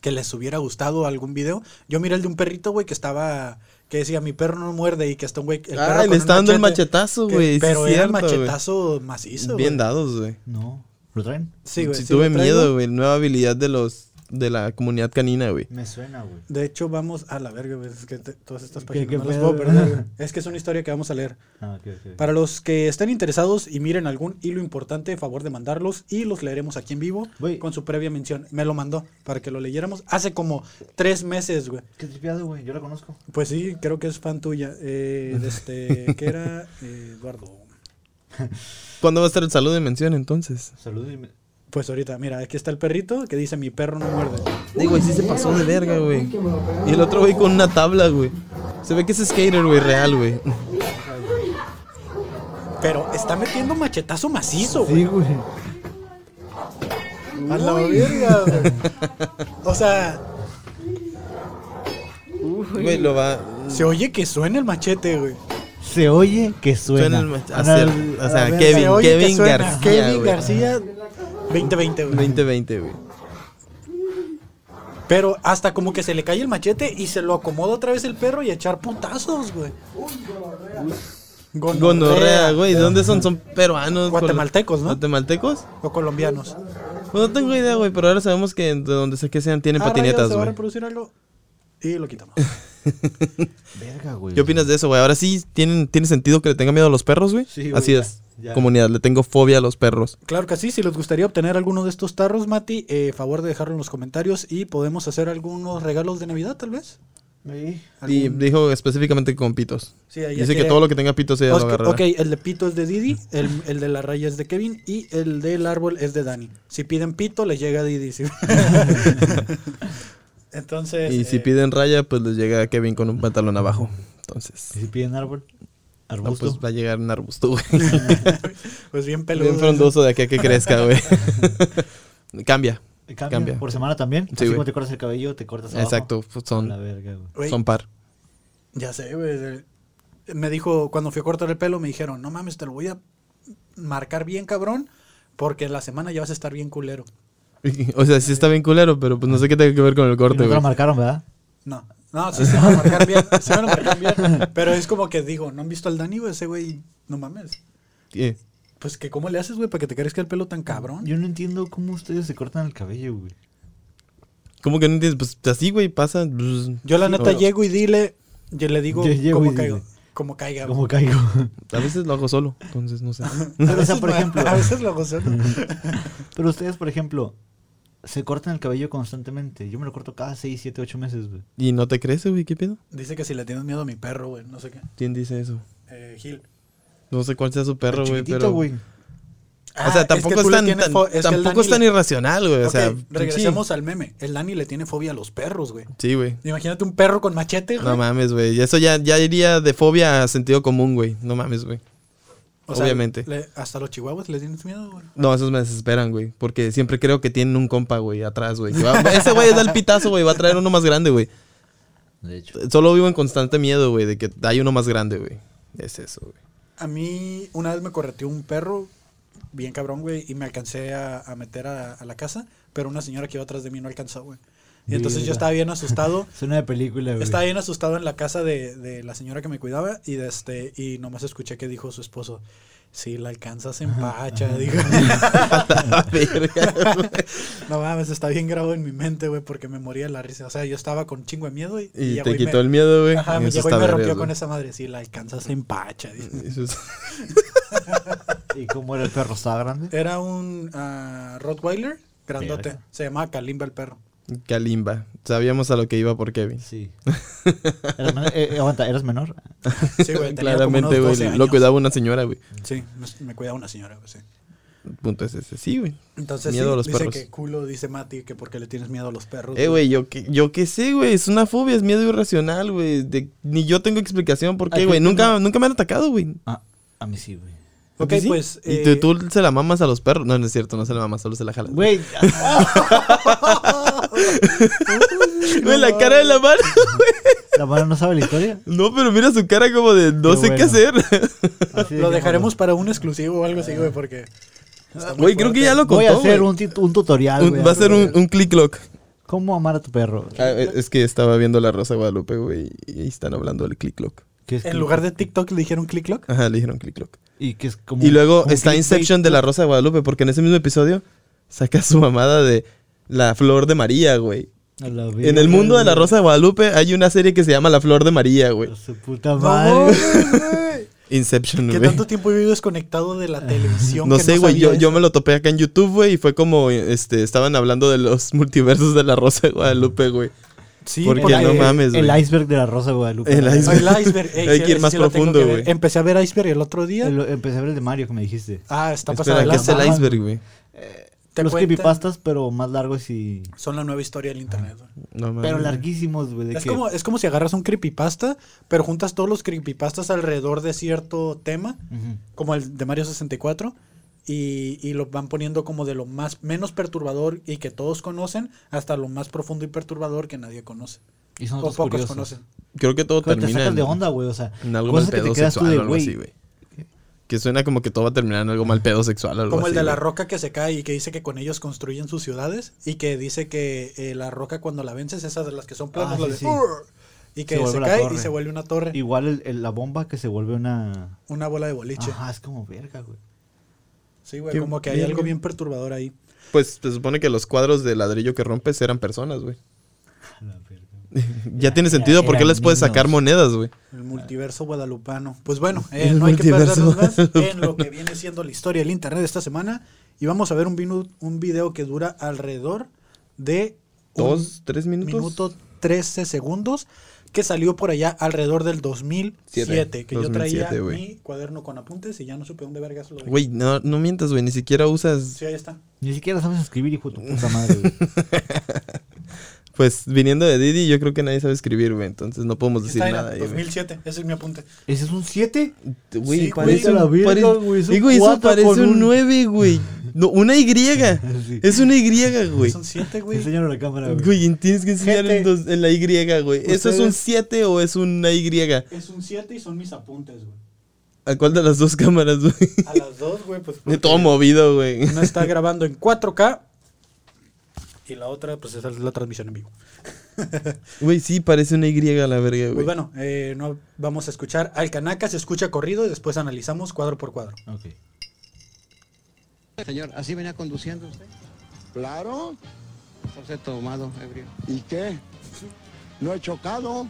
[SPEAKER 2] que les hubiera gustado algún video. Yo miré el de un perrito, güey, que estaba que decía mi perro no muerde y que está un güey el perro
[SPEAKER 3] Ay,
[SPEAKER 2] con
[SPEAKER 3] le
[SPEAKER 2] un
[SPEAKER 3] está dando el
[SPEAKER 2] machete,
[SPEAKER 3] machetazo,
[SPEAKER 2] que-
[SPEAKER 3] güey. sí
[SPEAKER 2] pero
[SPEAKER 3] es
[SPEAKER 2] era
[SPEAKER 3] cierto, güey.
[SPEAKER 2] machetazo macizo.
[SPEAKER 3] Bien
[SPEAKER 2] güey.
[SPEAKER 3] dados, güey.
[SPEAKER 4] No. ¿Lo traen?
[SPEAKER 2] Sí, güey.
[SPEAKER 3] si
[SPEAKER 2] sí
[SPEAKER 3] tuve
[SPEAKER 2] lo traigo.
[SPEAKER 3] miedo, güey. Nueva habilidad de los de la comunidad canina, güey.
[SPEAKER 4] Me suena, güey.
[SPEAKER 2] De hecho, vamos a la verga, güey, es que te- todas estas
[SPEAKER 4] ¿Qué-
[SPEAKER 2] páginas
[SPEAKER 4] qué
[SPEAKER 2] no las
[SPEAKER 4] pedo?
[SPEAKER 2] puedo perder. Es que es una historia que vamos a leer.
[SPEAKER 4] Ah, ok, ok.
[SPEAKER 2] Para los que estén interesados y miren algún hilo importante, favor de mandarlos y los leeremos aquí en vivo
[SPEAKER 4] Güey.
[SPEAKER 2] con su previa mención. Me lo mandó para que lo leyéramos hace como tres meses, güey.
[SPEAKER 4] Qué tripiado, güey. Yo la conozco.
[SPEAKER 2] Pues sí, creo que es fan tuya. Eh, de este, que era Eh, Eduardo.
[SPEAKER 3] ¿Cuándo va a estar el saludo de mención entonces?
[SPEAKER 4] Salud y me-
[SPEAKER 2] Pues ahorita, mira, aquí está el perrito que dice mi perro no muerde.
[SPEAKER 3] Digo, güey, sí se pasó de verga, güey. Y el otro güey con una tabla, güey. Se ve que es skater, güey, real, güey.
[SPEAKER 2] Pero está metiendo machetazo macizo, güey.
[SPEAKER 4] Sí, güey.
[SPEAKER 2] A la verga, güey. O sea,
[SPEAKER 3] Güey, lo va.
[SPEAKER 2] se oye que suena el machete, güey.
[SPEAKER 4] Se oye que
[SPEAKER 3] Suena
[SPEAKER 4] suena.
[SPEAKER 3] el mach-
[SPEAKER 4] A
[SPEAKER 3] hacia-
[SPEAKER 4] la-
[SPEAKER 3] o
[SPEAKER 4] a
[SPEAKER 3] sea,
[SPEAKER 4] la
[SPEAKER 3] Kevin,
[SPEAKER 2] Se oye que
[SPEAKER 3] Kevin
[SPEAKER 2] suena.
[SPEAKER 3] García,
[SPEAKER 2] Kevin
[SPEAKER 3] güey.
[SPEAKER 2] García 2020, güey.
[SPEAKER 3] 2020, güey.
[SPEAKER 2] Pero hasta como que se le cae el machete y se lo acomoda otra vez el perro y a echar putazos, güey. Gonorrea.
[SPEAKER 3] Gonorrea, güey. ¿De dónde son? Son peruanos. col-
[SPEAKER 2] Guatemaltecos, ¿no?
[SPEAKER 3] ¿Guatemaltecos?
[SPEAKER 2] O colombianos.
[SPEAKER 3] Pues no tengo idea, güey, pero ahora sabemos que de donde sea que sean tienen
[SPEAKER 2] Ah, rayos, se
[SPEAKER 3] patinetas,
[SPEAKER 2] va a
[SPEAKER 3] güey.
[SPEAKER 2] reproducir algo. Y lo quitamos.
[SPEAKER 4] Verga, güey.
[SPEAKER 3] ¿Qué opinas de eso, güey? Ahora sí tienen, tiene sentido que le tenga miedo a los perros, güey.
[SPEAKER 4] Sí, güey,
[SPEAKER 3] Así
[SPEAKER 4] ya,
[SPEAKER 3] es.
[SPEAKER 4] ya.
[SPEAKER 3] Comunidad, le tengo fobia a los perros.
[SPEAKER 2] Claro que sí, si les gustaría obtener alguno de estos tarros, Mati, eh, favor de dejarlo en los comentarios y podemos hacer algunos regalos de Navidad, tal vez.
[SPEAKER 4] Sí.
[SPEAKER 3] Y
[SPEAKER 2] Algún-
[SPEAKER 3] dijo específicamente con pitos.
[SPEAKER 2] Sí, ahí
[SPEAKER 3] Dice
[SPEAKER 2] aquí-
[SPEAKER 3] que todo lo que tenga pitos ella lo
[SPEAKER 2] Oscar-
[SPEAKER 3] agarrará.
[SPEAKER 2] ok, el de Pito es de Didi, el, el de la raya es de Kevin y el del árbol es de Dani. Si piden Pito, les llega Didi. sí. Entonces.
[SPEAKER 3] Y si
[SPEAKER 2] eh,
[SPEAKER 3] piden raya, pues les llega Kevin con un pantalón abajo. Entonces,
[SPEAKER 4] ¿Y si piden árbol?
[SPEAKER 3] no,
[SPEAKER 4] Arbusto.
[SPEAKER 3] pues va a llegar un arbusto, güey.
[SPEAKER 2] Pues bien peludo.
[SPEAKER 3] Bien frondoso de aquí a que crezca, güey. Cambia.
[SPEAKER 4] cambia,
[SPEAKER 3] cambia.
[SPEAKER 4] Por semana también. Así
[SPEAKER 3] güey.
[SPEAKER 4] como te cortas el cabello, te cortas abajo.
[SPEAKER 3] Exacto, pues
[SPEAKER 4] A la
[SPEAKER 3] son,
[SPEAKER 4] verga, güey.
[SPEAKER 2] Güey,
[SPEAKER 3] son par.
[SPEAKER 2] Ya sé, güey. eh, Me dijo, cuando fui a cortar el pelo, me dijeron, no mames, te lo voy a marcar bien, cabrón, porque la semana ya vas a estar bien culero.
[SPEAKER 3] O sea, sí está bien culero, pero pues no sé qué tenga que ver con el
[SPEAKER 4] Y no
[SPEAKER 3] corte,
[SPEAKER 4] te
[SPEAKER 3] güey.
[SPEAKER 4] lo marcaron, ¿verdad?
[SPEAKER 2] No, no, sí se me van a marcar bien, sí me van a marcar bien. Pero es como que digo, ¿no han visto al Dani, güey? Ese güey, no mames.
[SPEAKER 3] Sí.
[SPEAKER 2] Pues que cómo le haces, güey, para que te crezca el pelo tan cabrón.
[SPEAKER 4] Yo no entiendo cómo ustedes se cortan el cabello, güey.
[SPEAKER 3] ¿Cómo que no entiendes? Pues así, güey, pasa. pues,
[SPEAKER 2] Yo la neta
[SPEAKER 3] o-
[SPEAKER 2] llego y dile, yo le digo
[SPEAKER 4] Yo llego
[SPEAKER 2] cómo
[SPEAKER 4] y
[SPEAKER 2] caigo.
[SPEAKER 4] dile.
[SPEAKER 2] Como caiga. güey.
[SPEAKER 4] ¿Cómo caigo?
[SPEAKER 3] A veces lo hago solo, entonces no sé.
[SPEAKER 2] A veces,
[SPEAKER 4] por
[SPEAKER 2] no,
[SPEAKER 4] ejemplo.
[SPEAKER 2] A veces lo hago solo.
[SPEAKER 4] Pero ustedes, por ejemplo, se cortan el cabello constantemente. Yo me lo corto cada 6, 7, 8 meses, güey.
[SPEAKER 3] ¿Y no te crece, güey? ¿Qué pedo?
[SPEAKER 2] Dice que si le tienes miedo a mi perro, güey, no sé qué.
[SPEAKER 3] ¿Quién dice eso?
[SPEAKER 2] Eh, Gil.
[SPEAKER 3] No sé cuál sea su
[SPEAKER 4] El
[SPEAKER 3] perro, güey,
[SPEAKER 4] chiquitito,
[SPEAKER 3] pero...
[SPEAKER 4] güey.
[SPEAKER 2] Ah,
[SPEAKER 3] o sea,
[SPEAKER 2] que
[SPEAKER 3] tampoco es,
[SPEAKER 2] tú le
[SPEAKER 3] tan,
[SPEAKER 2] tienes
[SPEAKER 3] tan-
[SPEAKER 2] fo- es que el
[SPEAKER 3] tampoco
[SPEAKER 2] Dani
[SPEAKER 3] es tan
[SPEAKER 2] le-
[SPEAKER 3] irracional, güey.
[SPEAKER 2] Ok,
[SPEAKER 3] o sea,
[SPEAKER 2] regresemos al meme. El Dani le tiene fobia a los perros, güey.
[SPEAKER 3] sí. Sí, güey.
[SPEAKER 2] Imagínate un perro con machete, güey.
[SPEAKER 3] No mames, güey. Eso ya, ya iría de fobia a sentido común, güey. No mames, güey.
[SPEAKER 2] O sea,
[SPEAKER 3] Obviamente.
[SPEAKER 2] le- hasta los chihuahuas le tienes miedo, güey.
[SPEAKER 3] No, esos me desesperan, güey. Porque siempre creo que tienen un compa, güey, atrás, güey. que va- Ese güey da el pitazo, güey. Va a traer uno más grande, güey.
[SPEAKER 4] De hecho.
[SPEAKER 3] Solo vivo en constante miedo, güey, de que hay uno más grande, güey. Es eso, güey.
[SPEAKER 2] A mí una vez me correteó un perro, bien cabrón, güey, y me alcancé a, a meter a, a la casa, pero una señora que iba atrás de mí no alcanzó, güey. Y entonces yo
[SPEAKER 4] Verga.
[SPEAKER 2] estaba bien asustado.
[SPEAKER 4] Suena de película, güey.
[SPEAKER 2] Estaba bien asustado en la casa de, de la señora que me cuidaba y de este y nomás escuché que dijo su esposo, si la alcanzas en pacha, dijo.
[SPEAKER 3] La verga, güey.
[SPEAKER 2] no mames, está bien grabado en mi mente, güey, porque me moría de la risa. O sea, yo estaba con chingo de miedo y,
[SPEAKER 3] Y
[SPEAKER 2] ya,
[SPEAKER 3] te
[SPEAKER 2] güey,
[SPEAKER 3] quitó
[SPEAKER 2] me-
[SPEAKER 3] el miedo, güey.
[SPEAKER 2] Ajá, me
[SPEAKER 3] Eso
[SPEAKER 2] llegó y
[SPEAKER 3] está
[SPEAKER 2] me
[SPEAKER 3] vergas,
[SPEAKER 2] rompió
[SPEAKER 3] güey.
[SPEAKER 2] con esa madre, si la alcanzas en pacha, dijo.
[SPEAKER 3] Eso es-
[SPEAKER 4] ¿Y cómo era el perro? ¿Estaba grande?
[SPEAKER 2] Era un ah, Rottweiler grandote.
[SPEAKER 4] Verga.
[SPEAKER 2] Se llamaba Kalimba el perro.
[SPEAKER 3] Kalimba. Sabíamos a lo que iba por Kevin.
[SPEAKER 4] Sí. ¿Eras menor? Eh, eh, aguanta, ¿eras menor?
[SPEAKER 2] Sí, güey. tenía como unos
[SPEAKER 3] Claramente,
[SPEAKER 2] 12
[SPEAKER 3] güey. Lo
[SPEAKER 2] años.
[SPEAKER 3] cuidaba una señora, güey.
[SPEAKER 2] Sí, me, me cuidaba una señora, güey, sí.
[SPEAKER 3] Punto es ese. Sí, güey.
[SPEAKER 2] Entonces,
[SPEAKER 3] Miedo
[SPEAKER 2] sí,
[SPEAKER 3] a los
[SPEAKER 2] dice
[SPEAKER 3] perros.
[SPEAKER 2] que culo, dice Mati, que porque le tienes miedo a los perros.
[SPEAKER 3] Eh, güey, yo, que- yo qué sé, güey. Es una fobia, es miedo irracional, güey. De- Ni yo tengo explicación por qué,
[SPEAKER 4] Aquí
[SPEAKER 3] güey.
[SPEAKER 4] tengo-
[SPEAKER 3] Nunca, nunca me han atacado, güey.
[SPEAKER 4] Ah, a mí sí, güey.
[SPEAKER 2] Ok,
[SPEAKER 3] ¿Sí?
[SPEAKER 2] pues,
[SPEAKER 3] Y
[SPEAKER 2] eh,
[SPEAKER 3] tú, tú se la mamas a los perros. No, no es cierto, no se la mamas, solo se la jalas.
[SPEAKER 4] Güey,
[SPEAKER 3] Güey, la cara de la mano.
[SPEAKER 4] ¿la mano no sabe la historia?
[SPEAKER 3] No, pero mira su cara como de no
[SPEAKER 4] Qué
[SPEAKER 3] sé qué hacer.
[SPEAKER 4] bueno. Así
[SPEAKER 2] Lo
[SPEAKER 4] dejémoslo.
[SPEAKER 2] dejaremos para un exclusivo o algo así, güey, porque. está muy
[SPEAKER 3] Güey, creo
[SPEAKER 2] fuerte.
[SPEAKER 3] que ya lo contó.
[SPEAKER 4] Voy a hacer
[SPEAKER 3] güey.
[SPEAKER 4] un, tit- un tutorial,
[SPEAKER 3] Un-
[SPEAKER 4] güey.
[SPEAKER 3] va a ser un, un click lock.
[SPEAKER 4] ¿Cómo amar a tu perro?
[SPEAKER 3] Ah, eh, es que estaba viendo la Rosa de Guadalupe, güey, y están hablando del click lock.
[SPEAKER 4] ¿Qué es
[SPEAKER 2] En
[SPEAKER 4] click-
[SPEAKER 2] lugar de TikTok le dijeron click lock.
[SPEAKER 3] Ajá, le dijeron click lock.
[SPEAKER 4] Y, que es como,
[SPEAKER 3] Y luego
[SPEAKER 4] como
[SPEAKER 3] está
[SPEAKER 4] clickbait.
[SPEAKER 3] Inception de la Rosa de Guadalupe, porque en ese mismo episodio saca su mamada de la flor de María, güey.
[SPEAKER 4] A la
[SPEAKER 3] En el
[SPEAKER 4] verga,
[SPEAKER 3] mundo de la
[SPEAKER 4] güey.
[SPEAKER 3] Rosa de Guadalupe hay una serie que se llama La Flor de María, güey.
[SPEAKER 4] A Su puta
[SPEAKER 2] No,
[SPEAKER 4] madre.
[SPEAKER 2] güey.
[SPEAKER 3] Inception,
[SPEAKER 2] ¿Qué
[SPEAKER 3] güey. Ah,
[SPEAKER 2] tanto tiempo he vivido desconectado de la televisión?
[SPEAKER 3] No
[SPEAKER 2] que
[SPEAKER 3] sé, güey,
[SPEAKER 2] sabía
[SPEAKER 3] yo, yo
[SPEAKER 2] eso?
[SPEAKER 3] me lo topé acá en YouTube, güey, y fue como, este, estaban hablando de los multiversos de la Rosa de Guadalupe, güey.
[SPEAKER 2] Sí,
[SPEAKER 3] porque
[SPEAKER 2] porque-
[SPEAKER 3] no mames, güey.
[SPEAKER 4] El iceberg de la Rosa de Guadalupe.
[SPEAKER 3] El
[SPEAKER 4] La-
[SPEAKER 3] iceberg.
[SPEAKER 2] El iceberg. ey,
[SPEAKER 3] Hay
[SPEAKER 2] sí,
[SPEAKER 3] que ir
[SPEAKER 2] sí
[SPEAKER 3] más
[SPEAKER 2] lo tengo
[SPEAKER 3] profundo,
[SPEAKER 2] que ver.
[SPEAKER 3] güey.
[SPEAKER 2] Empecé a ver iceberg el otro día.
[SPEAKER 4] el- empecé a ver el de Mario que me dijiste.
[SPEAKER 2] Ah, está pasada
[SPEAKER 3] Espera,
[SPEAKER 2] de
[SPEAKER 3] ¿qué es el
[SPEAKER 2] lanza.
[SPEAKER 4] Ajá.
[SPEAKER 3] iceberg, güey?
[SPEAKER 2] ¿Te
[SPEAKER 4] Los
[SPEAKER 2] cuentan?
[SPEAKER 4] creepypastas, pero más largos y.
[SPEAKER 2] Son la nueva historia del internet. güey.
[SPEAKER 3] No mames.
[SPEAKER 4] Pero larguísimos, güey. de
[SPEAKER 2] Es
[SPEAKER 4] que-
[SPEAKER 2] como, es como si agarras un creepypasta, pero juntas todos los creepypastas alrededor de cierto tema,
[SPEAKER 4] Ujú.
[SPEAKER 2] como el de Mario 64, y, y lo van poniendo como de lo más menos perturbador y que todos conocen, hasta lo más profundo y perturbador que nadie conoce.
[SPEAKER 4] Y son
[SPEAKER 2] O
[SPEAKER 4] otros
[SPEAKER 2] pocos
[SPEAKER 4] curiosos.
[SPEAKER 2] conocen.
[SPEAKER 3] Creo que todo
[SPEAKER 4] Pero te
[SPEAKER 3] termina
[SPEAKER 4] sacas
[SPEAKER 3] en,
[SPEAKER 4] de onda, güey. O sea,
[SPEAKER 3] en algo mal
[SPEAKER 4] cosas que te
[SPEAKER 3] pedo
[SPEAKER 4] quedas tú
[SPEAKER 3] sexual
[SPEAKER 4] de,
[SPEAKER 3] o algo así,
[SPEAKER 4] güey.
[SPEAKER 3] güey. Que suena como que todo va a terminar en algo mal pedo sexual o algo
[SPEAKER 2] Como el
[SPEAKER 3] así,
[SPEAKER 2] de la
[SPEAKER 3] güey.
[SPEAKER 2] roca que se cae y que dice que con ellos construyen sus ciudades y que dice que eh, la roca cuando la vences, esas de las que son planas,
[SPEAKER 4] Ah,
[SPEAKER 2] la
[SPEAKER 4] sí,
[SPEAKER 2] de,
[SPEAKER 4] sí.
[SPEAKER 2] "Urr", y que
[SPEAKER 4] Se
[SPEAKER 2] se,
[SPEAKER 4] vuelve la
[SPEAKER 2] cae y
[SPEAKER 4] torre.
[SPEAKER 2] se vuelve una torre,
[SPEAKER 4] Igual el- el- la bomba que se vuelve una.
[SPEAKER 2] una bola de boliche.
[SPEAKER 4] Ajá, es como verga, güey.
[SPEAKER 2] Sí, güey,
[SPEAKER 3] Qué
[SPEAKER 2] como que hay
[SPEAKER 3] verga.
[SPEAKER 2] algo bien perturbador ahí.
[SPEAKER 3] Pues se supone que los cuadros de ladrillo que rompes eran personas, güey.
[SPEAKER 4] A la verga.
[SPEAKER 3] Ya tiene
[SPEAKER 4] era-
[SPEAKER 3] sentido porque
[SPEAKER 4] eran
[SPEAKER 3] les puedes sacar
[SPEAKER 4] niños.
[SPEAKER 3] monedas, güey.
[SPEAKER 2] El multiverso guadalupano. Pues bueno, eh,
[SPEAKER 3] El
[SPEAKER 2] no hay que
[SPEAKER 3] multiverso
[SPEAKER 2] perdernos más en
[SPEAKER 3] guadalupano.
[SPEAKER 2] lo que viene siendo la historia del internet esta semana. Y vamos a ver un, vinu- un video que dura alrededor de un
[SPEAKER 3] Dos, tres minutos.
[SPEAKER 2] minuto 13 segundos que salió por allá alrededor del 2007.
[SPEAKER 3] Siete.
[SPEAKER 2] que
[SPEAKER 3] 2007,
[SPEAKER 2] yo traía
[SPEAKER 3] güey.
[SPEAKER 2] mi cuaderno con apuntes y ya no supe dónde vergas lo dejé.
[SPEAKER 3] Güey, no, no mientas, güey. Ni siquiera usas.
[SPEAKER 2] Sí, ahí está.
[SPEAKER 4] Ni siquiera sabes escribir, hijo de tu puta madre, güey.
[SPEAKER 3] Pues viniendo de Didi, yo creo que nadie sabe escribir, güey. Entonces no podemos decir
[SPEAKER 2] Está en
[SPEAKER 3] nada. ahí, güey.
[SPEAKER 2] 2007, ese es mi apunte.
[SPEAKER 4] ¿Ese es un 7?
[SPEAKER 3] Güey,
[SPEAKER 2] Sí, güey,
[SPEAKER 3] parece un,
[SPEAKER 4] la verga,
[SPEAKER 3] parece-
[SPEAKER 4] güey, es un
[SPEAKER 3] Ey, güey, eso
[SPEAKER 4] cuatro
[SPEAKER 3] parece
[SPEAKER 4] con
[SPEAKER 3] un
[SPEAKER 4] un-
[SPEAKER 3] 9, güey. No, una Y. Es una Y, güey.
[SPEAKER 2] Son 7, güey.
[SPEAKER 4] Enséñalo a la cámara, güey.
[SPEAKER 3] Güey, tienes que enseñar
[SPEAKER 2] Gente.
[SPEAKER 3] en, dos- en la Y, güey. ¿Eso es un
[SPEAKER 2] Ustedes-
[SPEAKER 3] 7 o es una Y?
[SPEAKER 2] Es un 7 y son mis apuntes, güey.
[SPEAKER 3] ¿A cuál de las dos cámaras, güey?
[SPEAKER 2] A las dos, güey, pues.
[SPEAKER 3] De
[SPEAKER 2] porque-
[SPEAKER 3] todo movido, güey.
[SPEAKER 2] Una está grabando en 4K y la otra, pues, esa es la transmisión en vivo.
[SPEAKER 3] Güey, sí, parece una Y a la verga,
[SPEAKER 2] Pues
[SPEAKER 3] güey.
[SPEAKER 2] bueno, eh, no vamos a escuchar al Canaca, se escucha corrido y después analizamos cuadro por cuadro.
[SPEAKER 4] Ok.
[SPEAKER 5] Señor, ¿así venía conduciendo usted?
[SPEAKER 6] Claro,
[SPEAKER 5] Entonces tomado, ebrio,
[SPEAKER 6] ¿y qué? No he chocado.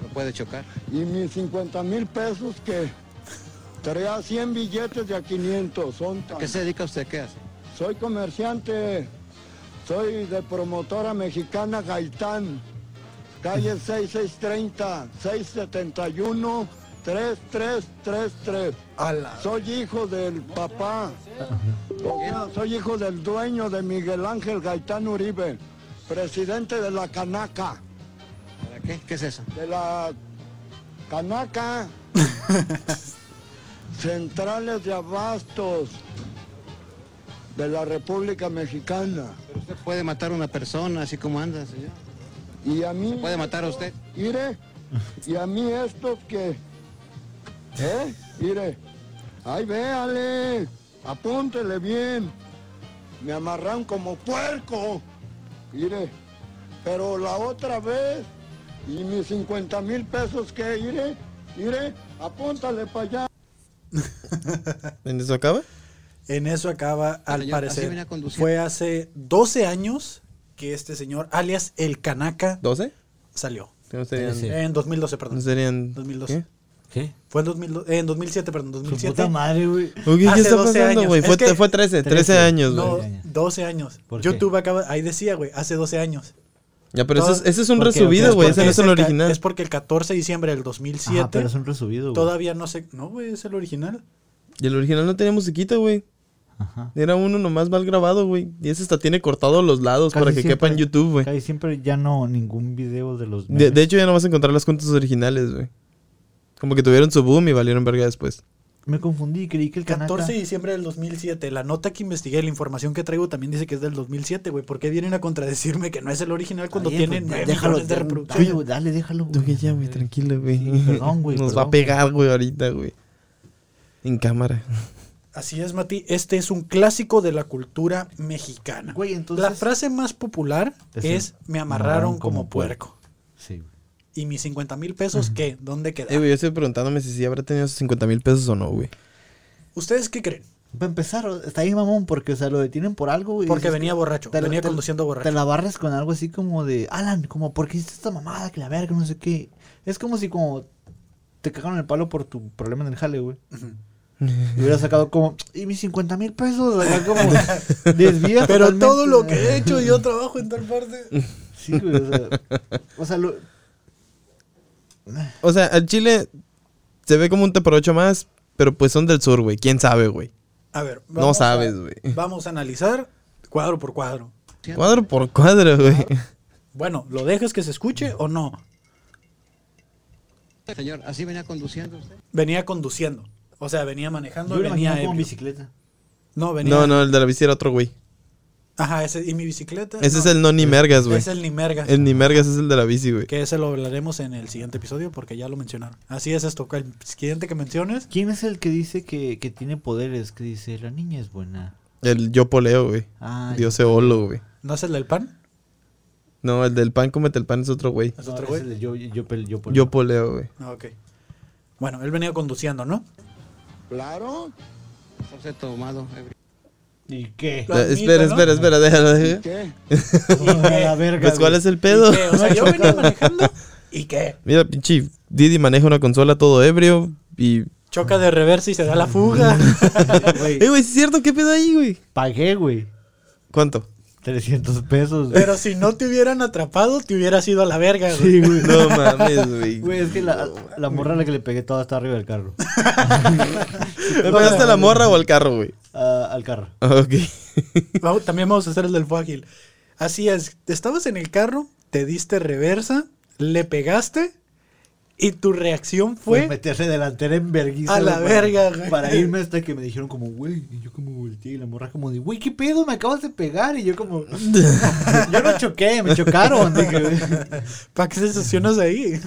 [SPEAKER 5] pero puede chocar.
[SPEAKER 6] Y mis 50 mil pesos que traía 100 billetes de a 500. Son
[SPEAKER 5] ¿A
[SPEAKER 6] tan-
[SPEAKER 5] qué se dedica usted? ¿Qué hace?
[SPEAKER 6] Soy comerciante, soy de promotora mexicana Gaitán, calle 6630, 671, 3333. Soy hijo del papá. O sea, Soy hijo del dueño de Miguel Ángel Gaitán Uribe, presidente de la Canaca.
[SPEAKER 5] ¿Para qué? ¿Qué es eso?
[SPEAKER 6] de la canaca, centrales de abastos de la República Mexicana.
[SPEAKER 5] Pero usted puede matar a una persona así como anda, señor.
[SPEAKER 6] Y a mí,
[SPEAKER 5] Puede matar a usted.
[SPEAKER 6] mire, y a mí estos que, ¿eh? Mire, ay, véale, apúntele bien. Me amarran como puerco, mire, pero la otra vez, y mis 50 mil pesos que, mire, mire, apúntale para allá.
[SPEAKER 3] ¿En eso acaba?
[SPEAKER 2] En eso acaba, al
[SPEAKER 5] Señor, así
[SPEAKER 2] parecer.
[SPEAKER 5] venía conduciendo.
[SPEAKER 2] Fue hace 12 años que este señor, alias el Canaca,
[SPEAKER 3] ¿12?
[SPEAKER 2] salió.
[SPEAKER 3] No serían.
[SPEAKER 4] Sí.
[SPEAKER 2] En 2012, perdón.
[SPEAKER 3] No serían.
[SPEAKER 2] 2012.
[SPEAKER 3] ¿Qué?
[SPEAKER 4] ¿Qué?
[SPEAKER 2] Fue en, 2012 eh, en 2007, perdón,
[SPEAKER 4] Su puta
[SPEAKER 2] 2007.
[SPEAKER 4] madre, güey.
[SPEAKER 3] Oye, ¿Qué
[SPEAKER 2] Hace
[SPEAKER 3] está
[SPEAKER 2] 12
[SPEAKER 3] pasando,
[SPEAKER 2] años.
[SPEAKER 3] güey?
[SPEAKER 2] Es
[SPEAKER 3] Fue,
[SPEAKER 2] que-
[SPEAKER 3] fue 13, 13
[SPEAKER 4] 13.
[SPEAKER 3] años, güey.
[SPEAKER 2] No,
[SPEAKER 4] Doce años.
[SPEAKER 2] 12 años.
[SPEAKER 4] ¿Por qué?
[SPEAKER 2] YouTube acaba, ahí decía, güey, hace 12 años.
[SPEAKER 3] Ya, pero ese es, ese es un
[SPEAKER 4] Porque-
[SPEAKER 3] resubido,
[SPEAKER 4] porque
[SPEAKER 3] güey.
[SPEAKER 2] Porque
[SPEAKER 3] Ese no es el
[SPEAKER 2] ca-
[SPEAKER 3] original.
[SPEAKER 2] Es porque el 14 de diciembre del 2007
[SPEAKER 4] Ajá, Ah, pero es un resubido, güey.
[SPEAKER 2] todavía no sé. No, güey, es el original.
[SPEAKER 3] Y el original no tenía musiquita, güey.
[SPEAKER 4] Ajá.
[SPEAKER 3] Era uno nomás mal grabado, güey. Y ese hasta tiene cortado los lados para
[SPEAKER 4] Casi
[SPEAKER 3] que
[SPEAKER 4] siempre-
[SPEAKER 3] quepa en YouTube, güey.
[SPEAKER 4] Casi siempre ya no ningún video de los
[SPEAKER 3] De,
[SPEAKER 4] memes.
[SPEAKER 3] de hecho, ya no vas a encontrar las cuentas originales, güey. Como que tuvieron su boom y valieron verga después.
[SPEAKER 4] Me confundí, creí que el
[SPEAKER 2] El 14 de
[SPEAKER 4] Kanaka...
[SPEAKER 2] diciembre del 2007. La nota que investigué, la información que traigo también dice que es del 2007, güey. ¿Por qué vienen a contradecirme que no es el original cuando
[SPEAKER 4] Oye,
[SPEAKER 2] tienen
[SPEAKER 4] pues,
[SPEAKER 2] nueve
[SPEAKER 4] déjalo,
[SPEAKER 2] millones de
[SPEAKER 4] Dale,
[SPEAKER 2] reproducciones?
[SPEAKER 4] güey, dale, déjalo,
[SPEAKER 3] Tú que
[SPEAKER 4] güey.
[SPEAKER 3] ya, güey, tranquilo, güey.
[SPEAKER 4] perdón, güey,
[SPEAKER 3] Nos
[SPEAKER 4] perdón,
[SPEAKER 3] va a pegar, güey, ahorita, güey. En cámara.
[SPEAKER 2] Así es, Mati. Este es un clásico de la cultura mexicana.
[SPEAKER 4] Güey, entonces-
[SPEAKER 2] La frase más popular
[SPEAKER 4] Es el-
[SPEAKER 2] es: Me amarraron como puerco.
[SPEAKER 4] Sí, güey.
[SPEAKER 2] ¿Y mis 50 mil pesos qué? ¿Dónde
[SPEAKER 3] Eh,
[SPEAKER 2] quedaron?
[SPEAKER 3] güey, yo estoy preguntándome si sí habrá tenido esos 50 mil pesos o no, güey.
[SPEAKER 2] ¿Ustedes qué creen?
[SPEAKER 4] Para empezar, o- está ahí mamón, porque, o sea, lo detienen por algo, güey.
[SPEAKER 2] Porque
[SPEAKER 4] Dices,
[SPEAKER 2] venía borracho,
[SPEAKER 4] te la-
[SPEAKER 2] venía
[SPEAKER 4] te-
[SPEAKER 2] conduciendo borracho.
[SPEAKER 4] Te la barres con algo así como de, Alan, como, ¿por qué hiciste esta mamada? Que la verga, no sé qué. Es como si como te cagaron el palo por tu problema en el jale, güey. Y hubieras sacado como, y mis 50 mil pesos, acá como desvía
[SPEAKER 2] Pero
[SPEAKER 4] totalmente,
[SPEAKER 2] todo lo
[SPEAKER 4] ¿no?
[SPEAKER 2] que he hecho, yo trabajo en tal parte.
[SPEAKER 4] Sí, güey, o sea, o sea, lo-
[SPEAKER 3] O sea, al Chile se ve como un teparocho más, pero pues son del sur, güey. ¿Quién sabe, güey?
[SPEAKER 2] A ver,
[SPEAKER 3] No
[SPEAKER 2] a-
[SPEAKER 3] sabes, güey.
[SPEAKER 2] Vamos a analizar cuadro por cuadro.
[SPEAKER 3] Cuadro por cuadro, güey.
[SPEAKER 4] Ah,
[SPEAKER 2] Bueno, ¿lo dejas que se escuche o no?
[SPEAKER 5] Señor, así venía conduciendo usted.
[SPEAKER 2] Venía conduciendo. O sea, venía manejando,
[SPEAKER 4] yo lo
[SPEAKER 2] venía
[SPEAKER 4] imaginaba como
[SPEAKER 2] ebrio.
[SPEAKER 4] bicicleta.
[SPEAKER 2] No, venía.
[SPEAKER 3] No, no, el de la bici era otro, güey.
[SPEAKER 2] Ajá, ese, y mi bicicleta.
[SPEAKER 3] Ese
[SPEAKER 2] No,
[SPEAKER 3] es el no ni mergas, güey.
[SPEAKER 2] Es el ni
[SPEAKER 4] Ah,
[SPEAKER 2] merga.
[SPEAKER 3] El ni mergas es el de la bici, güey.
[SPEAKER 2] Que ese lo hablaremos en el siguiente episodio porque ya lo mencionaron. Así es esto. El siguiente que menciones.
[SPEAKER 4] ¿Quién es el que dice que, que tiene poderes? Que dice, la niña es buena.
[SPEAKER 3] El yo poleo, güey.
[SPEAKER 4] Ah,
[SPEAKER 3] Dios se olo, güey.
[SPEAKER 2] ¿No es el del pan?
[SPEAKER 3] No, el del pan comete el pan es otro, güey.
[SPEAKER 2] ¿Es
[SPEAKER 4] no,
[SPEAKER 2] otro
[SPEAKER 4] es
[SPEAKER 2] güey?
[SPEAKER 4] el de yo, yo, yo, yo, por-
[SPEAKER 3] Yo poleo, güey.
[SPEAKER 2] Ah, ok. Bueno, él venía conduciendo, ¿no?
[SPEAKER 6] Claro.
[SPEAKER 5] Está usted tomado. eh. ebrio.
[SPEAKER 4] ¿Y qué?
[SPEAKER 2] Lo admito,
[SPEAKER 3] espera,
[SPEAKER 2] ¿no?
[SPEAKER 3] espera, espera, déjalo, déjalo.
[SPEAKER 6] ¿Qué?
[SPEAKER 4] A la verga,
[SPEAKER 3] Pues, ¿cuál
[SPEAKER 4] güey.
[SPEAKER 3] es el pedo?
[SPEAKER 2] ¿Y qué? O sea, yo venía manejando y qué.
[SPEAKER 3] Mira, pinche Didi maneja una consola todo ebrio y...
[SPEAKER 2] Choca de reversa y se da la fuga.
[SPEAKER 4] Güey,
[SPEAKER 3] Eh, güey, ¿sí es cierto, ¿qué pedo ahí, güey?
[SPEAKER 4] Pagué, güey.
[SPEAKER 3] ¿Cuánto?
[SPEAKER 4] 300 pesos. güey.
[SPEAKER 2] Pero si no te hubieran atrapado, te hubieras ido a la verga, güey.
[SPEAKER 4] Sí, güey.
[SPEAKER 3] No mames, güey.
[SPEAKER 4] Güey, es que la, la morra a la que le pegué toda está arriba del carro.
[SPEAKER 3] ¿Le pagaste a la morra o al carro, güey?
[SPEAKER 4] Ah, al carro.
[SPEAKER 3] Ah, Ok.
[SPEAKER 2] Vamos- también vamos a hacer el del fágil. Así es, estabas en el carro, te diste reversa, le pegaste y tu reacción
[SPEAKER 4] Fue
[SPEAKER 2] fue...
[SPEAKER 4] meterse delantera en verguiza.
[SPEAKER 2] A la
[SPEAKER 4] güey, para-
[SPEAKER 2] verga, güey.
[SPEAKER 4] Para irme hasta que me dijeron como, güey. Y yo como volteé y la morra como de, güey, ¿qué pedo? Me acabas de pegar. Y yo como, yo no choqué, me chocaron. dije, güey.
[SPEAKER 2] ¿Para qué se estacionas ahí?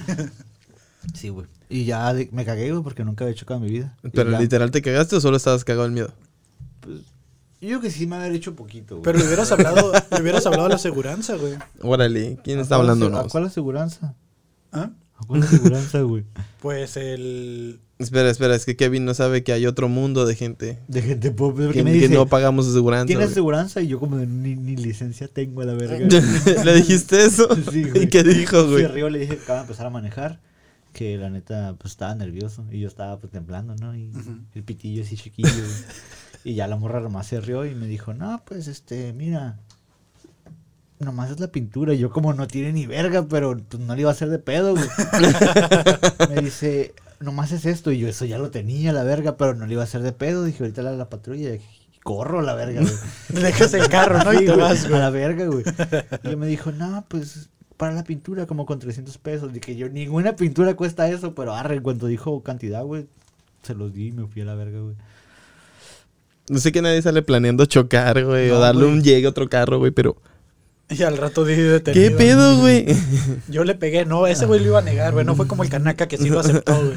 [SPEAKER 4] sí, güey. Y ya de- me cagué, güey, porque nunca había chocado en mi vida. Y
[SPEAKER 3] ¿Pero
[SPEAKER 4] ya.
[SPEAKER 3] literal te cagaste o solo estabas cagado el miedo?
[SPEAKER 4] Yo creo que sí me haber hecho poquito, güey.
[SPEAKER 2] Pero le hubieras hablado, le hubieras hablado a la aseguranza, güey.
[SPEAKER 3] Órale, ¿quién
[SPEAKER 4] ¿A
[SPEAKER 3] está
[SPEAKER 4] cuál
[SPEAKER 3] hablando?
[SPEAKER 4] ase- Ah, ¿A
[SPEAKER 3] No?
[SPEAKER 4] cuál aseguranza?
[SPEAKER 2] ¿Ah?
[SPEAKER 4] ¿A cuál aseguranza, güey?
[SPEAKER 2] Pues el...
[SPEAKER 3] Espera, espera, es que Kevin no sabe que hay otro mundo de gente
[SPEAKER 4] De gente pop.
[SPEAKER 3] que,
[SPEAKER 4] Que me
[SPEAKER 3] que
[SPEAKER 4] dice,
[SPEAKER 3] no pagamos aseguranza.
[SPEAKER 4] ¿Tienes
[SPEAKER 3] güey.
[SPEAKER 4] aseguranza? Y yo como de, ni, ni licencia tengo a la verga.
[SPEAKER 3] ¿Le dijiste eso?
[SPEAKER 4] Sí, güey.
[SPEAKER 3] ¿Y qué dijo,
[SPEAKER 4] Se
[SPEAKER 3] güey?
[SPEAKER 4] rió, le dije que acaba de empezar a manejar. Que la neta, pues estaba nervioso. Y yo estaba pues temblando, ¿no? Y el pitillo así chiquillo. güey. y ya la morra nomás se rió y me dijo, no, pues este, mira. Nomás es la pintura. Y yo como no tiene ni verga, pero pues, no le iba a hacer de pedo, güey. me dice, nomás es esto. Y yo eso ya lo tenía, la verga, pero no le iba a hacer de pedo. Dije, ahorita la, la patrulla. y Corro a la verga, güey.
[SPEAKER 2] Dejas el carro, ¿no?
[SPEAKER 4] Sí,
[SPEAKER 2] Y te
[SPEAKER 4] güey,
[SPEAKER 2] vas,
[SPEAKER 4] A
[SPEAKER 2] güey.
[SPEAKER 4] la verga, güey. Y yo me dijo, no, pues para la pintura como con 300 pesos. Dije yo, ninguna pintura cuesta eso, pero arre, en cuanto dijo cantidad, güey, se los di y me fui a la verga, güey.
[SPEAKER 3] No sé que nadie sale planeando chocar, güey, o
[SPEAKER 4] No,
[SPEAKER 3] darle
[SPEAKER 4] güey.
[SPEAKER 3] un llegue a otro carro, güey, pero...
[SPEAKER 2] Y al rato dije
[SPEAKER 3] ¿Qué
[SPEAKER 2] detenido.
[SPEAKER 3] pedo, güey?
[SPEAKER 2] Yo le pegué, no, ese güey lo iba a negar, güey. No fue como el canaca que sí lo aceptó, güey.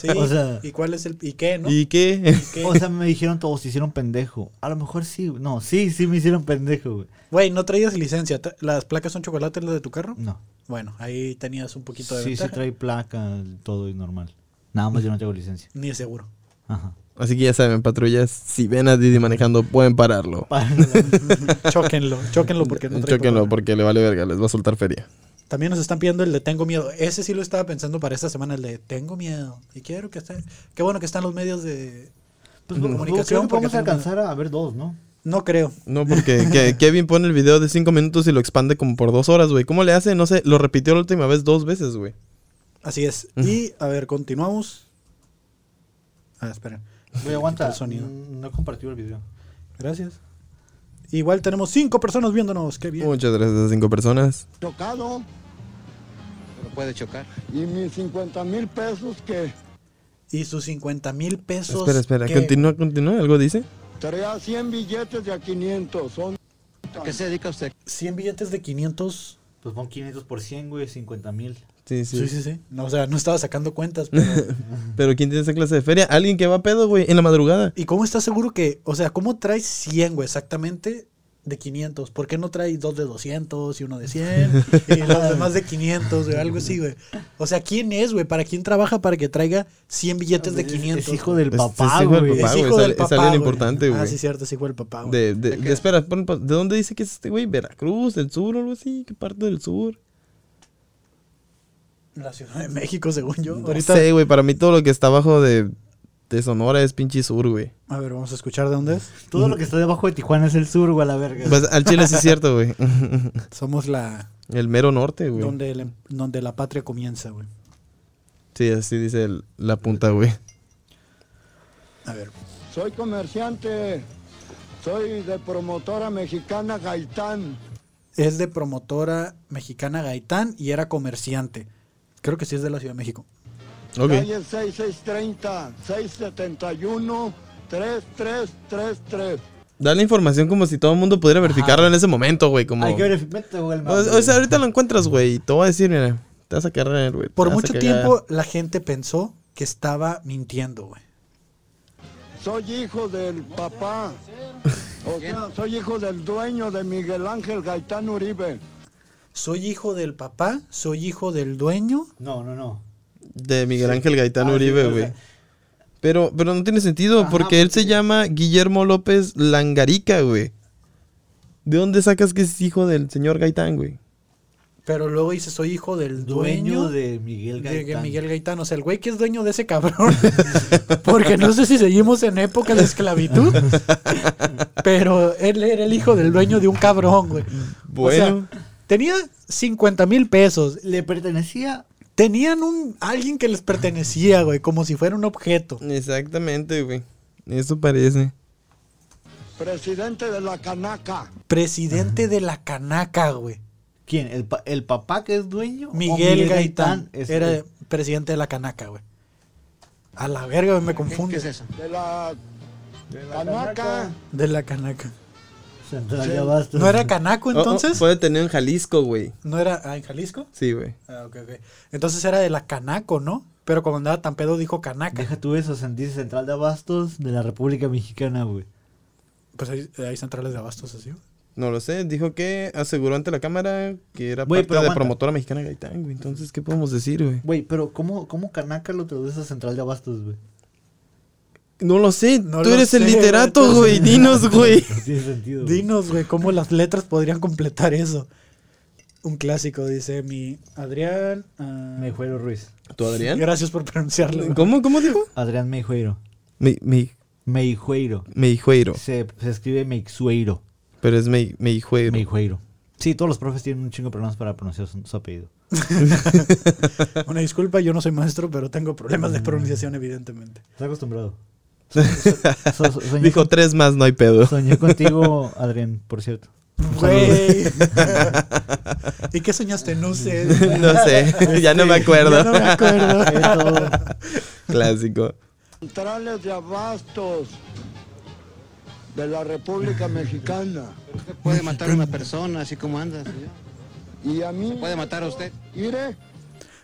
[SPEAKER 2] Sí,
[SPEAKER 4] O sea-
[SPEAKER 2] ¿y cuál es el... y qué, no?
[SPEAKER 3] ¿Y qué?
[SPEAKER 2] ¿Qué?
[SPEAKER 4] O sea, me dijeron todos, se hicieron pendejo. A lo mejor sí, güey. no, sí, sí me hicieron pendejo, güey.
[SPEAKER 2] Güey, ¿no traías licencia? ¿Tra- ¿Las placas son chocolate las de tu carro?
[SPEAKER 4] No.
[SPEAKER 2] Bueno, ahí tenías un poquito de
[SPEAKER 4] Sí, sí
[SPEAKER 2] ventaja.
[SPEAKER 4] trae placa, todo es normal. Nada más yo no tengo licencia.
[SPEAKER 2] Ni el seguro.
[SPEAKER 4] Ajá.
[SPEAKER 3] Así que ya saben, patrullas, si ven a Didi manejando, pueden pararlo.
[SPEAKER 4] Para-
[SPEAKER 2] Chóquenlo, chóquenlo porque no trae
[SPEAKER 3] Chóquenlo
[SPEAKER 2] papel.
[SPEAKER 3] porque le vale verga, les va a soltar feria.
[SPEAKER 2] También nos están pidiendo el de tengo miedo. Ese sí lo estaba pensando para esta semana, el de tengo miedo. Y quiero que esté... Qué bueno que están los medios de...
[SPEAKER 4] Pues,
[SPEAKER 2] Ujú.
[SPEAKER 4] creo
[SPEAKER 2] Comunicación,
[SPEAKER 4] que
[SPEAKER 2] porque
[SPEAKER 4] podemos
[SPEAKER 2] tengo-
[SPEAKER 4] alcanzar a ver dos, ¿no?
[SPEAKER 2] No creo.
[SPEAKER 3] No, porque que- Kevin pone el video de 5 minutos y lo expande como por 2 horas, güey. ¿Cómo le hace? No sé, lo repitió la última vez dos veces, güey.
[SPEAKER 2] Así es. Y, a ver, continuamos. Ah, esperen.
[SPEAKER 4] Voy aguanta.
[SPEAKER 2] El sonido.
[SPEAKER 4] mm, No compartió el video.
[SPEAKER 2] Gracias. Igual tenemos cinco personas viéndonos. Qué bien.
[SPEAKER 3] Muchas gracias a cinco personas.
[SPEAKER 6] Tocado.
[SPEAKER 5] Pero puede chocar.
[SPEAKER 6] Y mis 50 mil pesos que
[SPEAKER 2] Y sus 50 mil pesos.
[SPEAKER 3] Espera, espera,
[SPEAKER 2] que-
[SPEAKER 3] continúa, continúa, algo dice.
[SPEAKER 6] traía 100 billetes de a 500. Son
[SPEAKER 5] ¿A qué se dedica usted?
[SPEAKER 2] 100 billetes de 500
[SPEAKER 4] Pues pon 500 por 100, güey, 50 mil.
[SPEAKER 3] Sí, sí.
[SPEAKER 2] Sí, sí, sí. No, o sea, no estaba sacando cuentas. pero-
[SPEAKER 3] Pero ¿quién tiene esa clase de feria? Alguien que va a pedo, güey, en la madrugada.
[SPEAKER 2] ¿Y cómo estás seguro que, o sea, cómo traes 100, güey, exactamente? de 500. ¿Por qué no trae dos de 200 y uno de 100 y los demás de 500, güey? Algo así, güey. O sea, ¿quién es, güey? ¿Para quién trabaja para que traiga 100 billetes de
[SPEAKER 4] Es-
[SPEAKER 2] 500?
[SPEAKER 4] Es hijo del
[SPEAKER 3] Es- es
[SPEAKER 4] papá,
[SPEAKER 3] hijo del
[SPEAKER 4] güey.
[SPEAKER 3] papá.
[SPEAKER 2] Es
[SPEAKER 3] güey,
[SPEAKER 2] hijo
[SPEAKER 3] es
[SPEAKER 2] del
[SPEAKER 3] al- es
[SPEAKER 2] papá,
[SPEAKER 3] alguien
[SPEAKER 2] güey.
[SPEAKER 3] importante,
[SPEAKER 2] Ah,
[SPEAKER 3] güey.
[SPEAKER 2] sí, cierto, es hijo del papá, güey.
[SPEAKER 3] De, de-
[SPEAKER 4] ¿De qué?
[SPEAKER 3] de- espera, pon- pon- ¿de dónde dice que es este güey? ¿Veracruz? ¿Del sur o algo así? ¿Qué parte del sur?
[SPEAKER 2] La Ciudad de México, según yo.
[SPEAKER 3] No
[SPEAKER 2] Ahorita.
[SPEAKER 3] sé, güey. Para mí todo lo que está abajo de, de Sonora es pinche sur, güey.
[SPEAKER 2] A ver, vamos a escuchar de dónde es.
[SPEAKER 4] Todo lo que está debajo de Tijuana es el sur, güey, a la verga.
[SPEAKER 3] Pues, al Chile sí es cierto, güey.
[SPEAKER 2] Somos la.
[SPEAKER 3] El mero norte, güey.
[SPEAKER 2] Donde, el- em, donde la patria comienza, güey.
[SPEAKER 3] Sí, así dice el- la punta, güey.
[SPEAKER 2] A ver.
[SPEAKER 6] Soy comerciante. Soy de promotora mexicana Gaitán.
[SPEAKER 2] Es de promotora mexicana Gaitán y era comerciante. Creo que sí es de la Ciudad de México.
[SPEAKER 3] Ok.
[SPEAKER 6] Calle 6630 671 3333.
[SPEAKER 3] Da la información como si todo el mundo pudiera verificarlo en ese momento, güey. Como...
[SPEAKER 4] Hay que verificarte, güey, el
[SPEAKER 3] O, o sea, ahorita lo encuentras, güey. Y te voy a decir, mira, te vas a quedar, güey. te
[SPEAKER 2] Por
[SPEAKER 3] vas a
[SPEAKER 2] mucho
[SPEAKER 3] cagar.
[SPEAKER 2] tiempo la gente pensó que estaba mintiendo, güey.
[SPEAKER 6] Soy hijo del papá. O sea, soy hijo del dueño de Miguel Ángel Gaitán Uribe.
[SPEAKER 2] Soy hijo del papá, soy hijo del dueño.
[SPEAKER 4] No, no, no.
[SPEAKER 3] De Miguel Ángel Gaitán
[SPEAKER 4] Ah, sí,
[SPEAKER 3] Uribe,
[SPEAKER 4] o sea,
[SPEAKER 3] güey. Pero, pero no tiene sentido,
[SPEAKER 4] Ajá,
[SPEAKER 3] porque él se llama Guillermo López Langarica, güey. ¿De dónde sacas que es hijo del señor Gaitán, güey?
[SPEAKER 2] Pero luego dice, soy hijo del dueño,
[SPEAKER 4] Dueño de Miguel
[SPEAKER 2] de
[SPEAKER 4] Gaitán.
[SPEAKER 2] Miguel Gaitán. O sea, el güey que es dueño de ese cabrón. Porque no sé si seguimos en época de esclavitud. Pero él era el hijo del dueño de un cabrón, güey. O sea,
[SPEAKER 3] Bueno.
[SPEAKER 2] tenía 50 mil pesos.
[SPEAKER 4] Le pertenecía.
[SPEAKER 2] Tenían un alguien que les pertenecía, güey, como si fuera un objeto.
[SPEAKER 3] Exactamente, güey. Eso parece.
[SPEAKER 6] Presidente de la Canaca.
[SPEAKER 2] Presidente de la canaca, güey.
[SPEAKER 4] ¿Quién? ¿El, pa- el papá que es dueño? o
[SPEAKER 2] Miguel, Gaitán,
[SPEAKER 4] es-
[SPEAKER 2] era presidente de la canaca, güey. A la verga, güey, me
[SPEAKER 5] ¿Qué,
[SPEAKER 2] confunde.
[SPEAKER 5] qué es eso?
[SPEAKER 6] De la, Canaca.
[SPEAKER 2] De la canaca.
[SPEAKER 4] Central de Abastos.
[SPEAKER 2] ¿No era canaco
[SPEAKER 3] Oh, oh,
[SPEAKER 2] entonces?
[SPEAKER 3] puede tener en Jalisco, güey.
[SPEAKER 2] ¿No era ah, en Jalisco?
[SPEAKER 3] Sí, güey.
[SPEAKER 2] Ah, ok, ok. Entonces era de la canaco, ¿no? Pero cuando andaba tan pedo dijo canaca.
[SPEAKER 4] Deja tú eso, se dice Central de Abastos de la República Mexicana, güey.
[SPEAKER 2] Pues hay, hay centrales de abastos así, güey.
[SPEAKER 3] No lo sé. Dijo que aseguró ante la cámara que era
[SPEAKER 4] Güey,
[SPEAKER 3] parte
[SPEAKER 4] pero
[SPEAKER 3] de
[SPEAKER 4] aguanta.
[SPEAKER 3] promotora mexicana Gaitán, güey. Entonces, ¿qué podemos decir, güey?
[SPEAKER 4] Güey, pero ¿cómo, cómo Canaca lo traduce a Central de Abastos, güey?
[SPEAKER 3] No lo sé.
[SPEAKER 2] No
[SPEAKER 3] Tú
[SPEAKER 2] lo
[SPEAKER 3] eres el
[SPEAKER 2] sé, güey,
[SPEAKER 3] literato,
[SPEAKER 2] tú-
[SPEAKER 3] güey. Dinos, güey.
[SPEAKER 4] No tiene sentido. güey.
[SPEAKER 2] Dinos, güey, cómo las letras podrían completar eso. Un clásico, dice mi Adrián. ah,
[SPEAKER 4] Meijuero Ruiz.
[SPEAKER 3] ¿Tú, Adrián?
[SPEAKER 2] gracias por pronunciarlo. güey.
[SPEAKER 3] ¿Cómo, cómo dijo?
[SPEAKER 4] Adrián Meijueiro.
[SPEAKER 3] Me, me,
[SPEAKER 4] Meijueiro.
[SPEAKER 3] meijueiro.
[SPEAKER 4] Se, se escribe Meixueiro.
[SPEAKER 3] Pero es me, meijueiro.
[SPEAKER 4] Meijueiro. Sí, todos los profes tienen un chingo de problemas para pronunciar su, su apellido.
[SPEAKER 2] Una disculpa, yo no soy maestro, pero tengo problemas
[SPEAKER 3] Mm.
[SPEAKER 2] de pronunciación, evidentemente.
[SPEAKER 4] Estás acostumbrado. So- so- so- soñé
[SPEAKER 3] Dijo
[SPEAKER 4] con-
[SPEAKER 3] tres más, no hay pedo.
[SPEAKER 4] Soñé contigo, Adrián, por cierto.
[SPEAKER 2] Güey. ¿Y qué soñaste? No sé.
[SPEAKER 3] No sé, ya no me
[SPEAKER 2] Ya no
[SPEAKER 3] acuerdo.
[SPEAKER 2] me acuerdo.
[SPEAKER 3] Clásico.
[SPEAKER 6] Centrales de Abastos. De la República Mexicana.
[SPEAKER 5] Usted puede matar a una persona así como anda, señor.
[SPEAKER 6] Y a mí,
[SPEAKER 5] Puede matar a usted.
[SPEAKER 6] iré.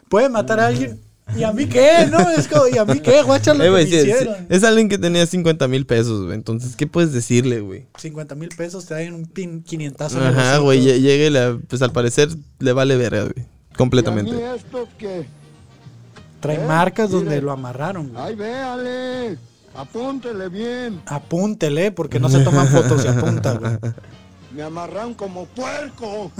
[SPEAKER 2] Puede matar a alguien. ¿Y a mí qué? No, es como, ¿y a mí qué? Guacha lo
[SPEAKER 3] Eh,
[SPEAKER 2] que me
[SPEAKER 3] güey, sí, sí,
[SPEAKER 2] hicieron.
[SPEAKER 3] es alguien que tenía 50 mil pesos, güey. Entonces, ¿qué puedes decirle, güey?
[SPEAKER 2] 50 mil pesos te dan un pin quinientazo. en el
[SPEAKER 3] Ajá,
[SPEAKER 2] hocico.
[SPEAKER 3] güey. lle- Llegue, la- pues al parecer le vale verga, güey.
[SPEAKER 6] Y a mí
[SPEAKER 3] Completamente.
[SPEAKER 6] esto que.
[SPEAKER 2] Trae
[SPEAKER 3] ¿Eh?
[SPEAKER 2] marcas donde lo amarraron, güey.
[SPEAKER 6] Ay, véale. Apúntele bien.
[SPEAKER 2] Apúntele, porque no se toman fotos y apunta, güey.
[SPEAKER 6] Me amarran como puerco.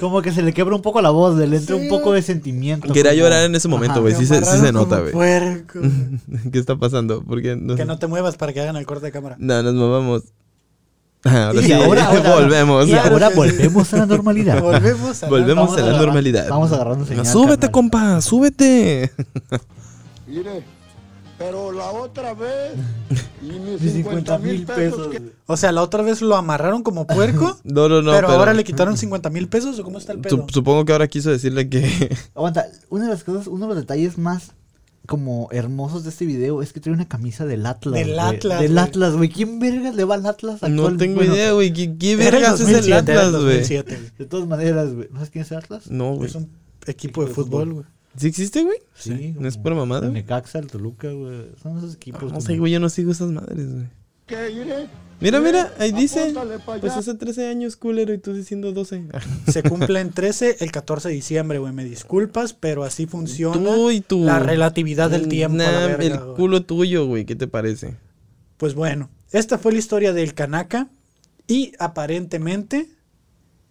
[SPEAKER 4] Como que se le quebra un poco la voz, le entra
[SPEAKER 2] Sí,
[SPEAKER 4] un poco
[SPEAKER 2] güey.
[SPEAKER 4] de sentimiento.
[SPEAKER 3] Quería
[SPEAKER 4] como-
[SPEAKER 3] llorar en ese
[SPEAKER 4] Ajá.
[SPEAKER 3] momento, güey.
[SPEAKER 2] Te
[SPEAKER 3] Pues Sí, se- sí se
[SPEAKER 2] amarraron
[SPEAKER 3] nota,
[SPEAKER 2] como
[SPEAKER 3] güey.
[SPEAKER 2] puerco, güey.
[SPEAKER 3] ¿Qué está pasando? Porque no,
[SPEAKER 2] Que no te muevas para que hagan el corte de cámara.
[SPEAKER 3] no, nos movamos. Ah, Ahora
[SPEAKER 4] Y
[SPEAKER 3] sí,
[SPEAKER 4] ahora, ahora-
[SPEAKER 3] volvemos.
[SPEAKER 4] Y
[SPEAKER 2] pues,
[SPEAKER 4] ahora volvemos a la normalidad.
[SPEAKER 2] Volvemos a la-
[SPEAKER 3] Volvemos
[SPEAKER 4] Vamos
[SPEAKER 3] a la
[SPEAKER 4] agarra-
[SPEAKER 3] normalidad.
[SPEAKER 4] vamos agarrando señal,
[SPEAKER 3] Súbete,
[SPEAKER 4] carnal.
[SPEAKER 3] compa, súbete.
[SPEAKER 6] Mire, pero la otra vez y mis
[SPEAKER 4] Ni
[SPEAKER 6] 50 mil pesos que
[SPEAKER 2] O sea, la otra vez lo amarraron como puerco.
[SPEAKER 3] Pues, No, no, no.
[SPEAKER 2] pero, ahora le quitaron 50 mil pesos o cómo está el pedo?
[SPEAKER 3] Sup- Supongo que ahora quiso decirle que.
[SPEAKER 4] Aguanta, una de las cosas, uno de los detalles más como hermosos de este video es que trae una camisa del Atlas.
[SPEAKER 2] Del
[SPEAKER 4] güey.
[SPEAKER 2] Atlas,
[SPEAKER 4] Del
[SPEAKER 2] güey.
[SPEAKER 4] Atlas, güey. ¿Quién vergas le va al Atlas
[SPEAKER 3] No
[SPEAKER 4] actual-
[SPEAKER 3] tengo
[SPEAKER 4] bueno,
[SPEAKER 3] idea, güey. ¿Qué, qué
[SPEAKER 2] Era el
[SPEAKER 3] vergas es el
[SPEAKER 2] 2007, era el
[SPEAKER 3] Atlas, güey?
[SPEAKER 2] 2007, güey.
[SPEAKER 4] De todas maneras, güey. ¿No sabes quién es el Atlas?
[SPEAKER 3] No, güey.
[SPEAKER 2] Es un equipo de fútbol, güey.
[SPEAKER 3] ¿Sí existe, güey?
[SPEAKER 4] Sí.
[SPEAKER 3] ¿No es
[SPEAKER 4] como
[SPEAKER 3] pura mamada,
[SPEAKER 4] El
[SPEAKER 3] güey?
[SPEAKER 2] Pues
[SPEAKER 4] Necaxa, el Toluca, güey. Son esos equipos.
[SPEAKER 3] No
[SPEAKER 4] como-
[SPEAKER 3] sé, güey. Yo no sigo esas madres, güey.
[SPEAKER 6] que iré
[SPEAKER 3] Mira, mira, ahí dice.
[SPEAKER 6] Apúntale pa' allá.
[SPEAKER 3] Pues hace 13 años, culero, y tú diciendo Ah, 12.
[SPEAKER 2] Se cumple en 13, el 14 de diciembre, güey. Me disculpas, pero así funciona
[SPEAKER 3] Tú y tu- Mm,
[SPEAKER 2] la relatividad del tiempo. a la
[SPEAKER 3] Nah,
[SPEAKER 2] verga,
[SPEAKER 3] el
[SPEAKER 2] güey.
[SPEAKER 3] culo tuyo, güey, ¿qué te parece?
[SPEAKER 2] Pues bueno, esta fue la historia del Kanaka y aparentemente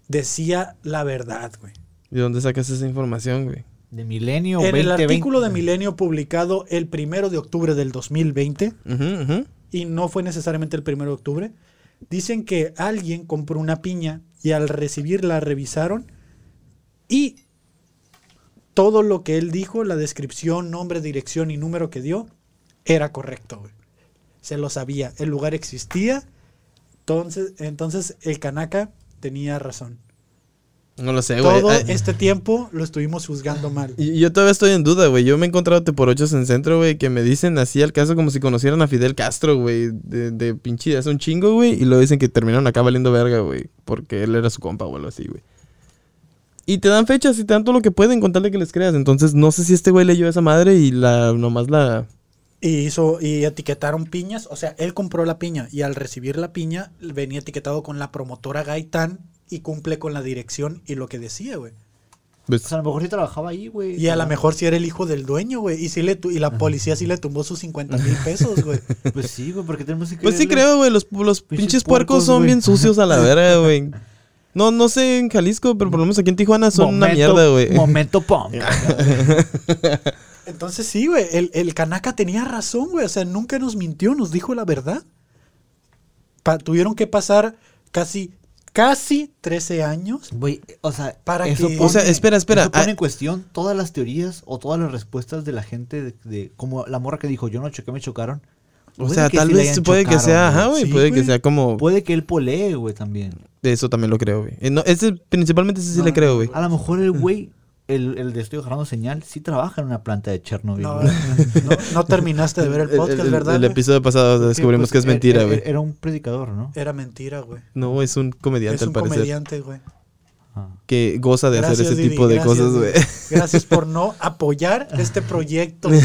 [SPEAKER 2] decía la verdad, güey.
[SPEAKER 3] ¿De dónde sacas esa información, güey?
[SPEAKER 4] De milenio.
[SPEAKER 2] En el
[SPEAKER 4] 2020.
[SPEAKER 2] artículo de Milenio publicado el primero de octubre del 2020,
[SPEAKER 3] Ujú, ujú.
[SPEAKER 2] y no fue necesariamente el primero de octubre, dicen que alguien compró una piña y al recibirla revisaron y todo lo que él dijo, la descripción, nombre, dirección y número que dio, era correcto. güey. Se lo sabía, el lugar existía, entonces, entonces el Kanaka tenía razón.
[SPEAKER 3] No lo sé, güey. Ah,
[SPEAKER 2] Todo
[SPEAKER 3] Ay,
[SPEAKER 2] este tiempo lo estuvimos juzgando mal.
[SPEAKER 3] y- Yo todavía estoy en duda, güey. Yo me he encontrado te por ochos en centro, güey, que me dicen así al caso como si conocieran a Fidel Castro, güey. De, de pinche, hace un chingo, güey. Y luego dicen que terminaron acá valiendo verga, güey. Porque él era su compa o algo así, güey. Y te dan fechas y te dan todo lo que pueden contarle que les creas. Entonces, no sé si este güey leyó esa madre y la nomás la...
[SPEAKER 2] Y hizo, y etiquetaron piñas, o sea, él compró la piña y al recibir la piña venía etiquetado con la promotora Gaitán y cumple con la dirección y lo que decía, güey.
[SPEAKER 3] pues,
[SPEAKER 4] O sea, a lo mejor sí trabajaba ahí, güey.
[SPEAKER 2] Y a lo mejor si era el hijo del dueño, güey, y sí le tu- y la policía sí le tumbó sus 50 mil pesos, güey.
[SPEAKER 4] Pues sí, güey, porque tenemos que
[SPEAKER 3] Pues sí
[SPEAKER 4] creerle.
[SPEAKER 3] creo, güey. Los, los pinches puercos
[SPEAKER 4] puercos,
[SPEAKER 3] son
[SPEAKER 4] güey.
[SPEAKER 3] bien sucios a la verga, güey. No, no sé en Jalisco, pero por lo menos aquí en Tijuana son una
[SPEAKER 4] Momento-
[SPEAKER 3] mierda, güey.
[SPEAKER 4] Momento punk.
[SPEAKER 2] Entonces sí, güey, el, el Kanaka tenía razón, güey, o sea, nunca nos mintió, nos dijo la verdad. Pa- tuvieron que pasar casi, casi 13 años.
[SPEAKER 4] Güey, o sea,
[SPEAKER 2] Para
[SPEAKER 4] eso
[SPEAKER 2] que-
[SPEAKER 4] pone-
[SPEAKER 2] O
[SPEAKER 3] sea, espera, espera,
[SPEAKER 4] Eso pone
[SPEAKER 3] ah-
[SPEAKER 4] en cuestión todas las teorías o todas las respuestas de la gente de, de- como la morra que dijo, yo no choqué, me chocaron.
[SPEAKER 3] O
[SPEAKER 4] Puede
[SPEAKER 3] sea,
[SPEAKER 4] que
[SPEAKER 3] tal
[SPEAKER 4] sí le
[SPEAKER 3] vez
[SPEAKER 4] hayan
[SPEAKER 3] puede que
[SPEAKER 4] chocado,
[SPEAKER 3] sea, ajá, güey.
[SPEAKER 2] Sí,
[SPEAKER 3] puede que
[SPEAKER 2] güey.
[SPEAKER 3] sea como...
[SPEAKER 4] Puede que él polee, güey, también.
[SPEAKER 3] De eso también lo creo, güey. Eh, No, ese, principalmente ese sí le creo, güey.
[SPEAKER 4] A lo mejor el güey, el, el de Estoy Agarrando Señal, sí trabaja en una planta de Chernobyl.
[SPEAKER 2] No,
[SPEAKER 4] güey.
[SPEAKER 2] no- no terminaste de ver el podcast,
[SPEAKER 3] El- el-
[SPEAKER 2] ¿verdad?
[SPEAKER 3] El
[SPEAKER 2] güey? eh,
[SPEAKER 3] episodio pasado descubrimos
[SPEAKER 4] pues,
[SPEAKER 3] que es
[SPEAKER 4] er-
[SPEAKER 3] mentira,
[SPEAKER 4] er-
[SPEAKER 3] güey.
[SPEAKER 4] Era un predicador, ¿no?
[SPEAKER 2] Era mentira, güey.
[SPEAKER 3] No, es un comediante
[SPEAKER 2] Es
[SPEAKER 3] al
[SPEAKER 2] un
[SPEAKER 3] parecer.
[SPEAKER 2] comediante, güey.
[SPEAKER 4] Ah.
[SPEAKER 3] Que goza de hacer ese
[SPEAKER 2] Didi,
[SPEAKER 3] tipo de
[SPEAKER 2] gracias,
[SPEAKER 3] cosas,
[SPEAKER 2] Didi.
[SPEAKER 3] güey.
[SPEAKER 2] Gracias por no apoyar este proyecto.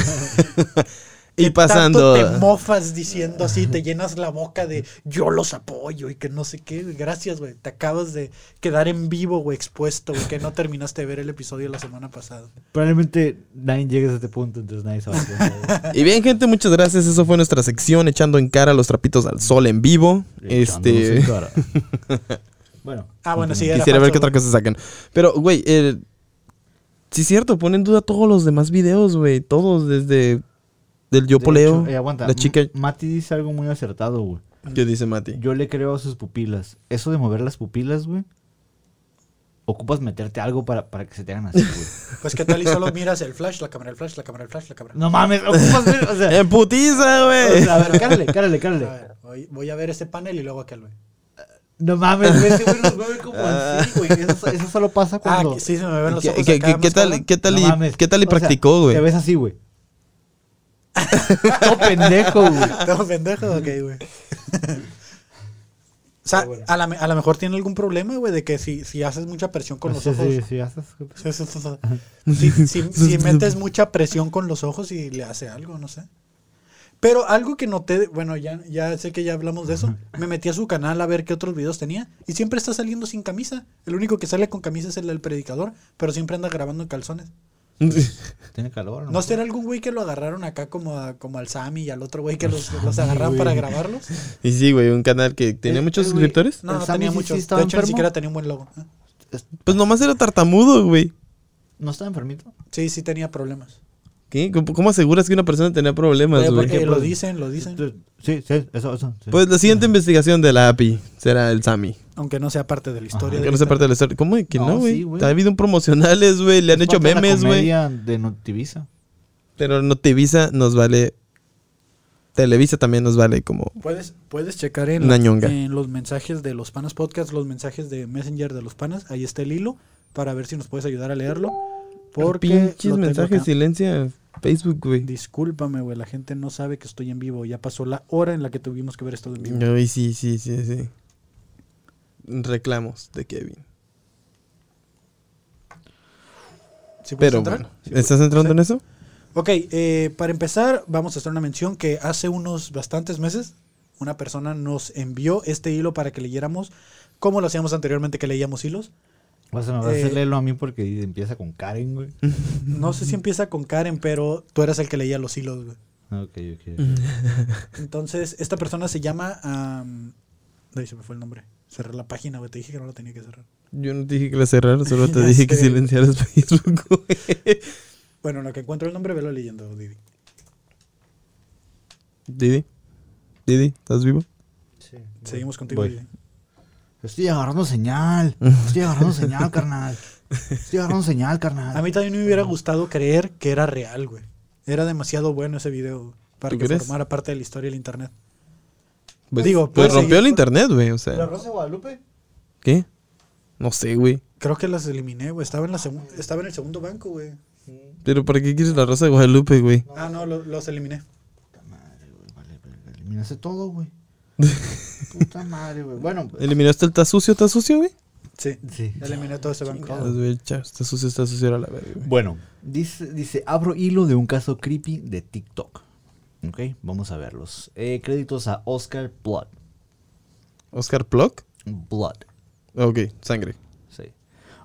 [SPEAKER 2] Que
[SPEAKER 3] Y pasando...
[SPEAKER 2] Tanto te mofas diciendo así, te llenas la boca de yo los apoyo y que no sé qué. güey. Gracias, güey. Te acabas de quedar en vivo, güey, expuesto, güey, que no terminaste de ver el episodio la semana pasada.
[SPEAKER 4] Probablemente nadie llegue a este punto, entonces nadie sabe.
[SPEAKER 3] Y bien, gente, muchas gracias. Eso fue nuestra sección echando en cara los trapitos al sol en vivo. Este.
[SPEAKER 4] bueno,
[SPEAKER 2] Ah, bueno, sí, era
[SPEAKER 3] Quisiera ver
[SPEAKER 2] falso,
[SPEAKER 3] qué otra
[SPEAKER 2] güey.
[SPEAKER 3] cosa sacan. Pero, güey, el- sí es cierto, pone en duda todos los demás videos, güey. Todos, desde del yo
[SPEAKER 4] de
[SPEAKER 3] poleo.
[SPEAKER 4] hecho, eh, aguanta.
[SPEAKER 3] La chica.
[SPEAKER 4] M- Mati dice algo muy acertado, güey.
[SPEAKER 2] Mm.
[SPEAKER 3] ¿Qué dice Mati?
[SPEAKER 4] Yo le creo a sus pupilas. Eso de mover las pupilas, güey. Ocupas meterte algo para, para que se te hagan así, güey.
[SPEAKER 2] Pues qué tal y solo miras el flash, la cámara, el flash, la cámara, el flash, la cámara.
[SPEAKER 4] No mames, ocupas ver, o sea,
[SPEAKER 3] ¡En putiza,
[SPEAKER 4] o
[SPEAKER 3] güey!
[SPEAKER 4] sea, a ver, cárale, cárale,
[SPEAKER 2] A
[SPEAKER 4] cárale.
[SPEAKER 2] ver, voy, voy a ver ese panel y luego aquel, güey.
[SPEAKER 4] No mames, güey, ese güey nos mueve como así, güey. Eso, eso solo pasa
[SPEAKER 2] Ah,
[SPEAKER 4] cuando...
[SPEAKER 2] que sí, se me ven los
[SPEAKER 3] Ah. ¿Qué-
[SPEAKER 2] ojos
[SPEAKER 3] qué-
[SPEAKER 2] acá,
[SPEAKER 3] qué- qué
[SPEAKER 2] más
[SPEAKER 3] tal-
[SPEAKER 2] cabrón.
[SPEAKER 3] qué tal
[SPEAKER 4] No
[SPEAKER 3] y-
[SPEAKER 4] mames.
[SPEAKER 3] qué tal y
[SPEAKER 4] O sea,
[SPEAKER 3] practicó, güey?
[SPEAKER 4] Te ves así, güey. Todo pendejo, güey.
[SPEAKER 2] ¿Estamos pendejos? Ok, güey. O sea, a, la, me- a la mejor tiene algún problema, güey, de que si, si haces mucha presión con los
[SPEAKER 4] Sí,
[SPEAKER 2] ojos.
[SPEAKER 4] sí, sí, haces-
[SPEAKER 2] Sí, sí, sí, sí. Si, si- si metes mucha presión con los ojos y le hace algo, no sé. Pero algo que noté, bueno, ya, ya sé que ya hablamos de eso. Me metí a su canal a ver qué otros videos tenía. Y siempre está saliendo sin camisa. El único que sale con camisa es el del predicador, pero siempre anda grabando en calzones.
[SPEAKER 4] Tiene calor,
[SPEAKER 2] ¿No será algún güey que lo agarraron acá como, a- como al Sammy y al otro güey que los, los agarraron para grabarlos?
[SPEAKER 3] y sí, güey, un canal que tenía
[SPEAKER 4] Eh,
[SPEAKER 3] muchos
[SPEAKER 4] eh, güey.
[SPEAKER 3] suscriptores.
[SPEAKER 2] No,
[SPEAKER 4] ¿El
[SPEAKER 2] no
[SPEAKER 4] Sammy
[SPEAKER 2] tenía
[SPEAKER 4] sí- sí
[SPEAKER 2] mucho.
[SPEAKER 4] estaba
[SPEAKER 2] de hecho, ni
[SPEAKER 4] enfermo?
[SPEAKER 2] siquiera tenía un buen logo.
[SPEAKER 3] Pues nomás era tartamudo, güey.
[SPEAKER 4] ¿No está enfermito?
[SPEAKER 2] Sí, sí tenía problemas.
[SPEAKER 3] ¿Qué? ¿Cómo, cómo aseguras que una persona tenía problemas,
[SPEAKER 2] Güey,
[SPEAKER 3] güey?
[SPEAKER 2] porque lo dicen, lo dicen.
[SPEAKER 4] Sí, sí, eso, eso. sí.
[SPEAKER 3] Pues la siguiente investigación de la API será el Sami.
[SPEAKER 2] Aunque no sea parte de la historia.
[SPEAKER 3] Que
[SPEAKER 2] de
[SPEAKER 3] no sea parte de la historia. ¿Cómo de que
[SPEAKER 4] No,
[SPEAKER 3] no, güey?
[SPEAKER 4] sí, güey.
[SPEAKER 3] ha habido un promocionales, güey. Le han
[SPEAKER 4] Es
[SPEAKER 3] hecho
[SPEAKER 4] parte de la
[SPEAKER 3] memes, güey.
[SPEAKER 4] comedia de Notivisa.
[SPEAKER 3] Pero Notivisa nos vale. Televisa también nos vale como.
[SPEAKER 2] Puedes, puedes checar en,
[SPEAKER 3] Una
[SPEAKER 2] las-
[SPEAKER 3] ñonga.
[SPEAKER 2] en los mensajes de los panas podcast, los mensajes de Messenger de los panas. Ahí está el hilo para ver si nos puedes ayudar a leerlo. Porque
[SPEAKER 3] pinches
[SPEAKER 2] lo tengo
[SPEAKER 3] mensajes,
[SPEAKER 2] acá.
[SPEAKER 3] silencia Facebook, güey.
[SPEAKER 2] Discúlpame, güey. La gente no sabe que estoy en vivo. Ya pasó la hora en la que tuvimos que ver esto en vivo.
[SPEAKER 3] Ay, sí, sí, sí, sí. Reclamos de Kevin.
[SPEAKER 2] ¿Sí puedes
[SPEAKER 3] Pero
[SPEAKER 2] entrar?
[SPEAKER 3] bueno,
[SPEAKER 2] ¿Sí
[SPEAKER 3] ¿estás
[SPEAKER 2] puedes-
[SPEAKER 3] entrando
[SPEAKER 2] sí?
[SPEAKER 3] en eso?
[SPEAKER 2] Ok, eh, para empezar, vamos a hacer una mención que hace unos bastantes meses, una persona nos envió este hilo para que leyéramos, como lo hacíamos anteriormente que leíamos hilos.
[SPEAKER 4] Vas a me va a
[SPEAKER 2] Eh,
[SPEAKER 4] hacer leerlo a mí porque empieza con Karen, güey.
[SPEAKER 3] Mm.
[SPEAKER 2] No sé si empieza con Karen, pero tú eras el que leía los hilos, güey.
[SPEAKER 4] Ah, ok, ok.
[SPEAKER 3] Mm.
[SPEAKER 2] Entonces, esta persona se llama... am, ay, se me fue el nombre. Cerré la página, güey. Te dije que no la tenía que cerrar.
[SPEAKER 3] Yo no te dije que la cerrara, solo te
[SPEAKER 2] Ya
[SPEAKER 3] dije que
[SPEAKER 2] sé.
[SPEAKER 3] silenciaras Facebook, güey.
[SPEAKER 2] Bueno, en lo que encuentro el nombre, velo leyendo, Didi.
[SPEAKER 3] Didi. Didi, ¿estás vivo?
[SPEAKER 4] Sí.
[SPEAKER 2] Seguimos contigo,
[SPEAKER 4] Voy.
[SPEAKER 2] Didi.
[SPEAKER 4] Estoy agarrando señal.
[SPEAKER 3] Mm.
[SPEAKER 4] Estoy agarrando señal, carnal. Estoy agarrando señal, carnal.
[SPEAKER 2] A mí también me hubiera gustado creer que era real, güey. Era demasiado bueno ese video para
[SPEAKER 3] ¿Tú
[SPEAKER 2] que
[SPEAKER 3] crees?
[SPEAKER 2] formara parte de la historia del internet.
[SPEAKER 3] Pues,
[SPEAKER 2] Digo,
[SPEAKER 3] pues
[SPEAKER 2] puedes seguir
[SPEAKER 3] rompió el
[SPEAKER 2] con-
[SPEAKER 3] internet, güey, o sea.
[SPEAKER 4] Rosa de Guadalupe?
[SPEAKER 3] ¿Qué? No sé, güey.
[SPEAKER 2] Creo que las eliminé, güey. Estaba en, la segun- estaba en el segundo banco, güey.
[SPEAKER 3] Pero ¿para qué quieres la Rosa de Guadalupe, güey?
[SPEAKER 2] Ah, no, lo- los eliminé.
[SPEAKER 4] Madre, güey. Vale, vale, eliminaste todo, güey. Puta madre, güey. Bueno,
[SPEAKER 3] ¿Eliminaste el está sucio, está sucio, güey? Ah,
[SPEAKER 2] Sí.
[SPEAKER 4] sí.
[SPEAKER 2] Eliminé todo ese banco.
[SPEAKER 3] Las voy a echar, Está sucio, está sucio, era la verga, güey.
[SPEAKER 4] Bueno, dice, dice, abro hilo de un caso creepy de TikTok. Ok, vamos a verlos. Eh, créditos a Oscar Blood.
[SPEAKER 3] ¿Oscar Plock?
[SPEAKER 4] Blood,
[SPEAKER 3] Ok, sangre.
[SPEAKER 4] sí.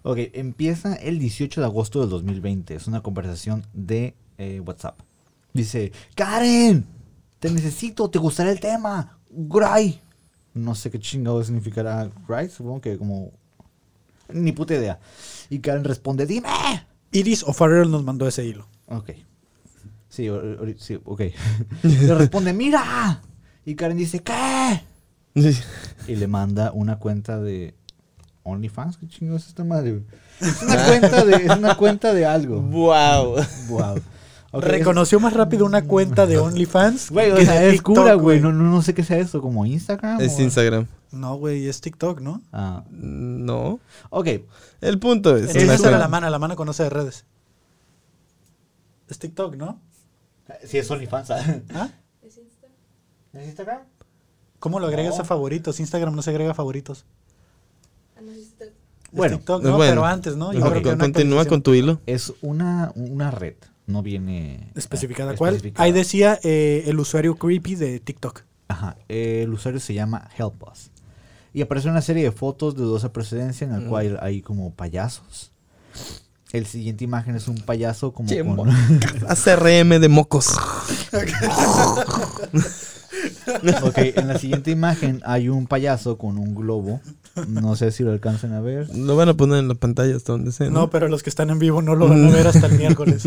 [SPEAKER 4] Ok, empieza el 18 de agosto del 2020. Es una conversación de eh, WhatsApp. Dice, Karen, te necesito, te gustará el tema. Gray. No sé qué chingado significará Gray, supongo que como... Ni puta idea. Y Karen responde, dime.
[SPEAKER 2] Iris O'Farrell nos mandó ese hilo.
[SPEAKER 4] Ok. Sí, o- o- sí, ok. Le responde, mira. Y Karen dice, ¿qué? Y le manda una cuenta de OnlyFans. ¿Qué chingados es esta madre? güey? Es una cuenta de, es una cuenta de algo.
[SPEAKER 3] ¡Wow!
[SPEAKER 4] Wow. Ok, es-
[SPEAKER 2] Reconoció más rápido una cuenta de OnlyFans.
[SPEAKER 4] Güey, o
[SPEAKER 2] que
[SPEAKER 4] sea,
[SPEAKER 2] de
[SPEAKER 4] es
[SPEAKER 2] TikTok,
[SPEAKER 4] cura, güey. No, no, no sé qué sea eso, como Instagram.
[SPEAKER 3] Es
[SPEAKER 4] o-
[SPEAKER 3] Instagram.
[SPEAKER 2] No, güey, es TikTok, ¿no?
[SPEAKER 4] Ah,
[SPEAKER 3] No.
[SPEAKER 4] ok.
[SPEAKER 3] El punto es.
[SPEAKER 2] Entonces
[SPEAKER 3] una
[SPEAKER 2] era la
[SPEAKER 3] cuenta-
[SPEAKER 2] mano, la mano conoce de redes. Es TikTok, ¿no?
[SPEAKER 4] Sí, es OnlyFans. ¿ah?
[SPEAKER 2] ¿Ah?
[SPEAKER 4] ¿Es Instagram?
[SPEAKER 2] ¿Cómo lo agregas
[SPEAKER 4] No.
[SPEAKER 2] a favoritos? Instagram no se agrega a favoritos. Es
[SPEAKER 4] Bueno,
[SPEAKER 2] TikTok, no,
[SPEAKER 3] Bueno.
[SPEAKER 2] pero antes, ¿no? Yo
[SPEAKER 3] Ok,
[SPEAKER 2] creo que una
[SPEAKER 3] Continúa
[SPEAKER 2] actualización
[SPEAKER 3] con tu hilo.
[SPEAKER 4] Es una, una red. No viene...
[SPEAKER 2] especificada.
[SPEAKER 3] Ah,
[SPEAKER 4] eh,
[SPEAKER 2] ¿Cuál?
[SPEAKER 4] especificada.
[SPEAKER 2] Ahí decía eh, el usuario creepy de TikTok.
[SPEAKER 4] Ajá. eh, el usuario se llama Help Us. Y aparece una serie de fotos de dudosa procedencia en la cual hay como payasos. El siguiente imagen es un payaso como con...
[SPEAKER 3] ACRM de mocos.
[SPEAKER 4] ok, en la siguiente imagen hay un payaso con un globo. No sé si lo alcanzan a ver.
[SPEAKER 3] Lo van a poner en la pantalla hasta donde sea.
[SPEAKER 2] No,
[SPEAKER 3] No, Mm.
[SPEAKER 2] pero los que están en vivo no lo van a ver hasta el miércoles.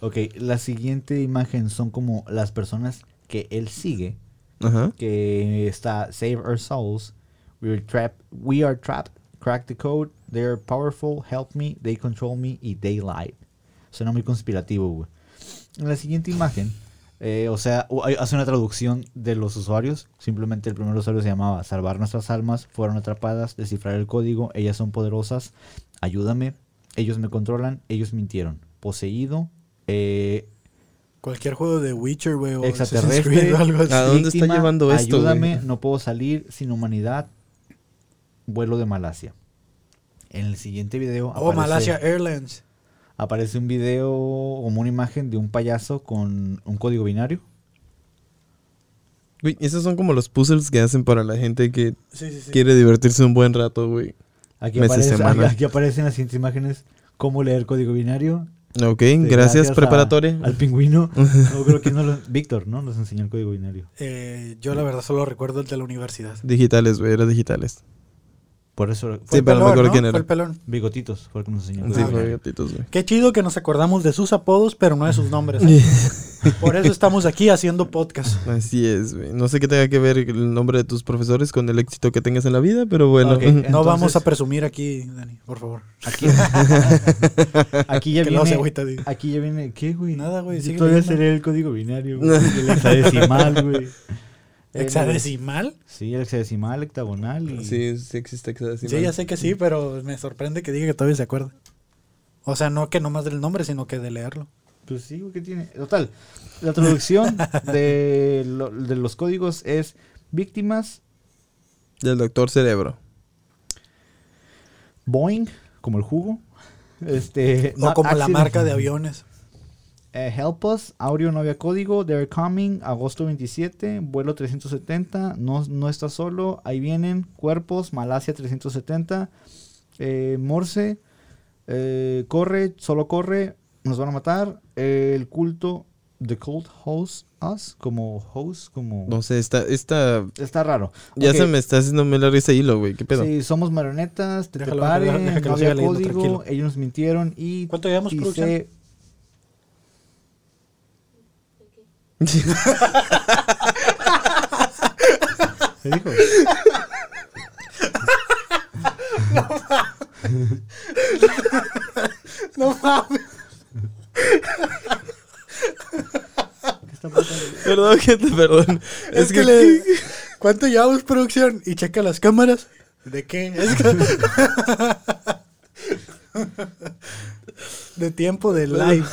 [SPEAKER 4] Ok, la siguiente imagen son como las personas que él sigue.
[SPEAKER 3] Ajá.
[SPEAKER 4] Que está Save Our Souls. We are trapped. We are trapped. Crack the code. They are powerful. Help me. They control me. Y they lie. Suena muy conspirativo, güey. En la siguiente imagen, eh, o sea, o- hay- hace una traducción de los usuarios. Simplemente el primer usuario se llamaba Salvar nuestras almas. Fueron atrapadas. Descifrar el código. Ellas son poderosas. Ayúdame. Ellos me controlan. Ellos mintieron. Poseído. Eh,
[SPEAKER 2] Cualquier juego de Witcher, güey, o Assassin's
[SPEAKER 4] Extraterrestre.
[SPEAKER 2] Creed o algo así.
[SPEAKER 3] ¿A dónde está
[SPEAKER 4] víctima,
[SPEAKER 3] llevando esto,
[SPEAKER 4] Ayúdame,
[SPEAKER 3] güey?
[SPEAKER 4] no puedo salir sin humanidad. Vuelo de Malasia. En el siguiente video
[SPEAKER 2] Oh, Malasia Airlines.
[SPEAKER 4] aparece un video como una imagen de un payaso con un código binario.
[SPEAKER 3] Güey, esos son como los puzzles que hacen para la gente que
[SPEAKER 2] Sí, sí, sí.
[SPEAKER 3] quiere divertirse un buen rato, güey.
[SPEAKER 4] Aquí,
[SPEAKER 3] Meses,
[SPEAKER 4] aparece-
[SPEAKER 3] semanas.
[SPEAKER 4] aquí aparecen las siguientes imágenes. Cómo leer código binario.
[SPEAKER 3] Ok,
[SPEAKER 4] Sí,
[SPEAKER 3] gracias,
[SPEAKER 4] a-
[SPEAKER 3] preparatoria.
[SPEAKER 4] al pingüino. No creo que no lo- Víctor, ¿no? Nos enseñó el código binario.
[SPEAKER 2] Eh, yo la verdad solo recuerdo el de la universidad.
[SPEAKER 3] Digitales, güey, era digitales.
[SPEAKER 4] Por eso.
[SPEAKER 2] Fue
[SPEAKER 3] Sí,
[SPEAKER 2] el
[SPEAKER 3] pero no
[SPEAKER 2] pelón,
[SPEAKER 3] me acuerdo quién era.
[SPEAKER 2] Fue el pelón.
[SPEAKER 4] Bigotitos fue el que nos enseñó. el
[SPEAKER 3] Sí,
[SPEAKER 4] código
[SPEAKER 3] fue
[SPEAKER 4] binario.
[SPEAKER 3] gatitos, güey.
[SPEAKER 2] Qué chido que nos acordamos de sus apodos, pero no de sus nombres. Por eso estamos aquí haciendo podcast.
[SPEAKER 3] Así es, güey. No sé qué tenga que ver el nombre de tus profesores con el éxito que tengas en la vida, pero bueno.
[SPEAKER 4] Ok.
[SPEAKER 2] no
[SPEAKER 4] Entonces-
[SPEAKER 2] vamos a presumir aquí, Dani, por favor.
[SPEAKER 4] Aquí, aquí ya
[SPEAKER 2] Que lo
[SPEAKER 4] viene.
[SPEAKER 2] hace agüita, digo.
[SPEAKER 4] aquí ya viene. ¿Qué, güey?
[SPEAKER 2] Nada, güey,
[SPEAKER 4] Yo
[SPEAKER 2] sigue
[SPEAKER 4] Todavía
[SPEAKER 2] leyendo.
[SPEAKER 4] se lee el código binario, güey. El hexadecimal, güey. Eh,
[SPEAKER 2] ¿Hexadecimal?
[SPEAKER 4] Sí, el hexadecimal, hectagonal. Y...
[SPEAKER 3] Sí, sí existe
[SPEAKER 2] Sí, ya sé que sí, pero me sorprende que diga que todavía se acuerda. O sea, no que nomás del nombre, sino que de leerlo.
[SPEAKER 4] Pues sí, güey, ¿qué tiene? Total. La traducción de, lo- de los códigos es víctimas,
[SPEAKER 3] Del doctor Cerebro.
[SPEAKER 4] Boeing, como el jugo. Este,
[SPEAKER 2] No como la
[SPEAKER 4] accident-
[SPEAKER 2] marca de aviones.
[SPEAKER 4] eh, Help Us, Audio no había código, They're Coming, agosto 27, vuelo 370, no, no está solo, ahí vienen, Cuerpos, Malasia 370, eh, Morse, eh, Corre, solo corre, nos van a matar, eh, el culto, The Cult House Us, como host, como...
[SPEAKER 3] No sé, está, está,
[SPEAKER 4] Está raro.
[SPEAKER 3] ya
[SPEAKER 4] Ok,
[SPEAKER 3] se me está haciendo muy largo ese hilo, güey, qué pedo.
[SPEAKER 4] Sí, somos marionetas, te, te
[SPEAKER 2] Déjalo, déjalo,
[SPEAKER 4] paren,
[SPEAKER 2] deja que
[SPEAKER 4] no
[SPEAKER 2] lo
[SPEAKER 4] había
[SPEAKER 2] siga leyendo,
[SPEAKER 4] código,
[SPEAKER 2] tranquilo.
[SPEAKER 4] ellos nos mintieron y...
[SPEAKER 2] ¿Cuánto llevamos,
[SPEAKER 4] y
[SPEAKER 2] producción?
[SPEAKER 4] se- ¿Qué dijo?
[SPEAKER 2] No mames.
[SPEAKER 4] ¿Qué está pasando?
[SPEAKER 3] Perdón, gente, perdón.
[SPEAKER 2] Es, que, le. ¿Cuánto llevamos producción? Y checa las cámaras. ¿De qué? Es que- de tiempo de live.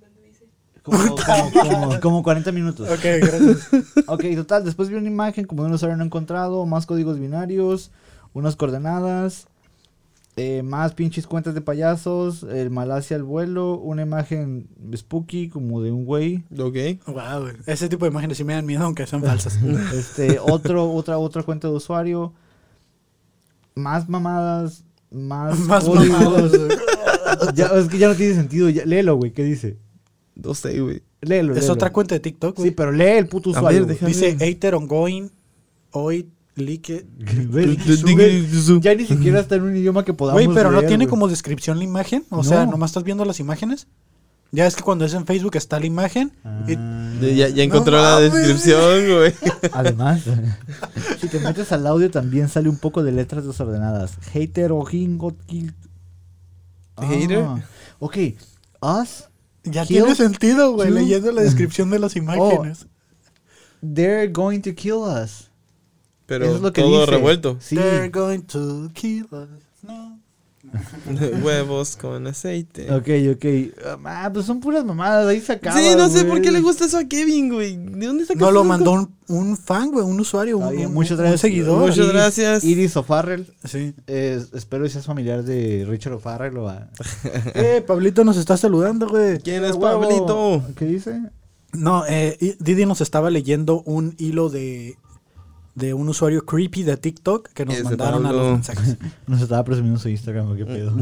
[SPEAKER 7] ¿Dónde dice?
[SPEAKER 4] Como, como, como- como 40 minutos.
[SPEAKER 2] Ok, gracias.
[SPEAKER 4] Ok, total, después vi una imagen como de un usuario no encontrado, más códigos binarios, unas coordenadas, eh, más pinches cuentas de payasos, el Malasia al vuelo, una imagen spooky como de un güey.
[SPEAKER 3] Ok.
[SPEAKER 2] Wow, ese tipo de imágenes sí me dan miedo, aunque sean falsas.
[SPEAKER 4] Este, otro, otra, otra cuenta de usuario. Más mamadas. Más,
[SPEAKER 2] Más
[SPEAKER 4] códigos.
[SPEAKER 2] mamadas. güey.
[SPEAKER 4] Ya, es que ya no tiene sentido. ya- léelo, güey. ¿Qué dice?
[SPEAKER 3] No sé, güey.
[SPEAKER 4] Léelo.
[SPEAKER 2] Es
[SPEAKER 4] léelo.
[SPEAKER 2] otra cuenta de TikTok,
[SPEAKER 4] Sí,
[SPEAKER 2] güey.
[SPEAKER 4] pero lee el puto
[SPEAKER 3] A
[SPEAKER 4] usuario.
[SPEAKER 3] ver, deja-
[SPEAKER 4] güey.
[SPEAKER 2] Dice Hater Ongoing, Hoy, Lique.
[SPEAKER 4] Güey,
[SPEAKER 3] Güey,
[SPEAKER 4] Ya ni siquiera está en un idioma que podamos.
[SPEAKER 2] Güey, pero no
[SPEAKER 4] leer,
[SPEAKER 2] tiene
[SPEAKER 4] güey.
[SPEAKER 2] como descripción la imagen. O sea,
[SPEAKER 4] No.
[SPEAKER 2] nomás estás viendo las imágenes. Ya es que cuando es en Facebook está la imagen. y-
[SPEAKER 4] Ah.
[SPEAKER 3] de- Ya, ya encontró
[SPEAKER 2] No
[SPEAKER 3] la
[SPEAKER 2] mames.
[SPEAKER 3] descripción, güey.
[SPEAKER 4] Además, si te metes al audio también sale un poco de letras desordenadas. Hater o jingo. gil- Ah,
[SPEAKER 3] Hater.
[SPEAKER 4] Ok. Us.
[SPEAKER 2] ya
[SPEAKER 4] Kill, Oh,
[SPEAKER 2] tiene sentido, güey,
[SPEAKER 4] kill.
[SPEAKER 2] leyendo la descripción de las imágenes.
[SPEAKER 4] They're going to kill us.
[SPEAKER 3] Pero
[SPEAKER 4] Eso es lo que
[SPEAKER 3] todo
[SPEAKER 4] dice.
[SPEAKER 3] revuelto.
[SPEAKER 4] Sí.
[SPEAKER 2] They're going to kill us. No.
[SPEAKER 3] Huevos con aceite.
[SPEAKER 4] Ok, ok. Um, Ah, pues son puras mamadas, ahí se acaba.
[SPEAKER 3] Sí, no sé
[SPEAKER 4] güey.
[SPEAKER 3] por qué le gusta eso a Kevin, güey. ¿De dónde saca
[SPEAKER 2] No
[SPEAKER 3] eso?
[SPEAKER 2] lo mandó un, un fan, güey, un usuario, un,
[SPEAKER 4] Está bien,
[SPEAKER 2] un-
[SPEAKER 4] muchas
[SPEAKER 2] un
[SPEAKER 4] gracias.
[SPEAKER 2] seguidor.
[SPEAKER 3] Muchas
[SPEAKER 4] Iris-
[SPEAKER 3] gracias.
[SPEAKER 4] Iris O'Farrell.
[SPEAKER 2] Sí.
[SPEAKER 4] Eh, espero que seas familiar de Richard O'Farrell o a...
[SPEAKER 2] Eh, Pablito nos está saludando, güey.
[SPEAKER 3] ¿Quién es
[SPEAKER 4] Eh, huevo.
[SPEAKER 3] Pablito?
[SPEAKER 4] ¿Qué dice?
[SPEAKER 2] No, eh, y- Didi nos estaba leyendo un hilo de, de un usuario creepy de TikTok que nos
[SPEAKER 3] Ese
[SPEAKER 2] mandaron a
[SPEAKER 3] Pablo.
[SPEAKER 2] los mensajes.
[SPEAKER 4] Nos estaba presumiendo su Instagram, ¿o qué pedo.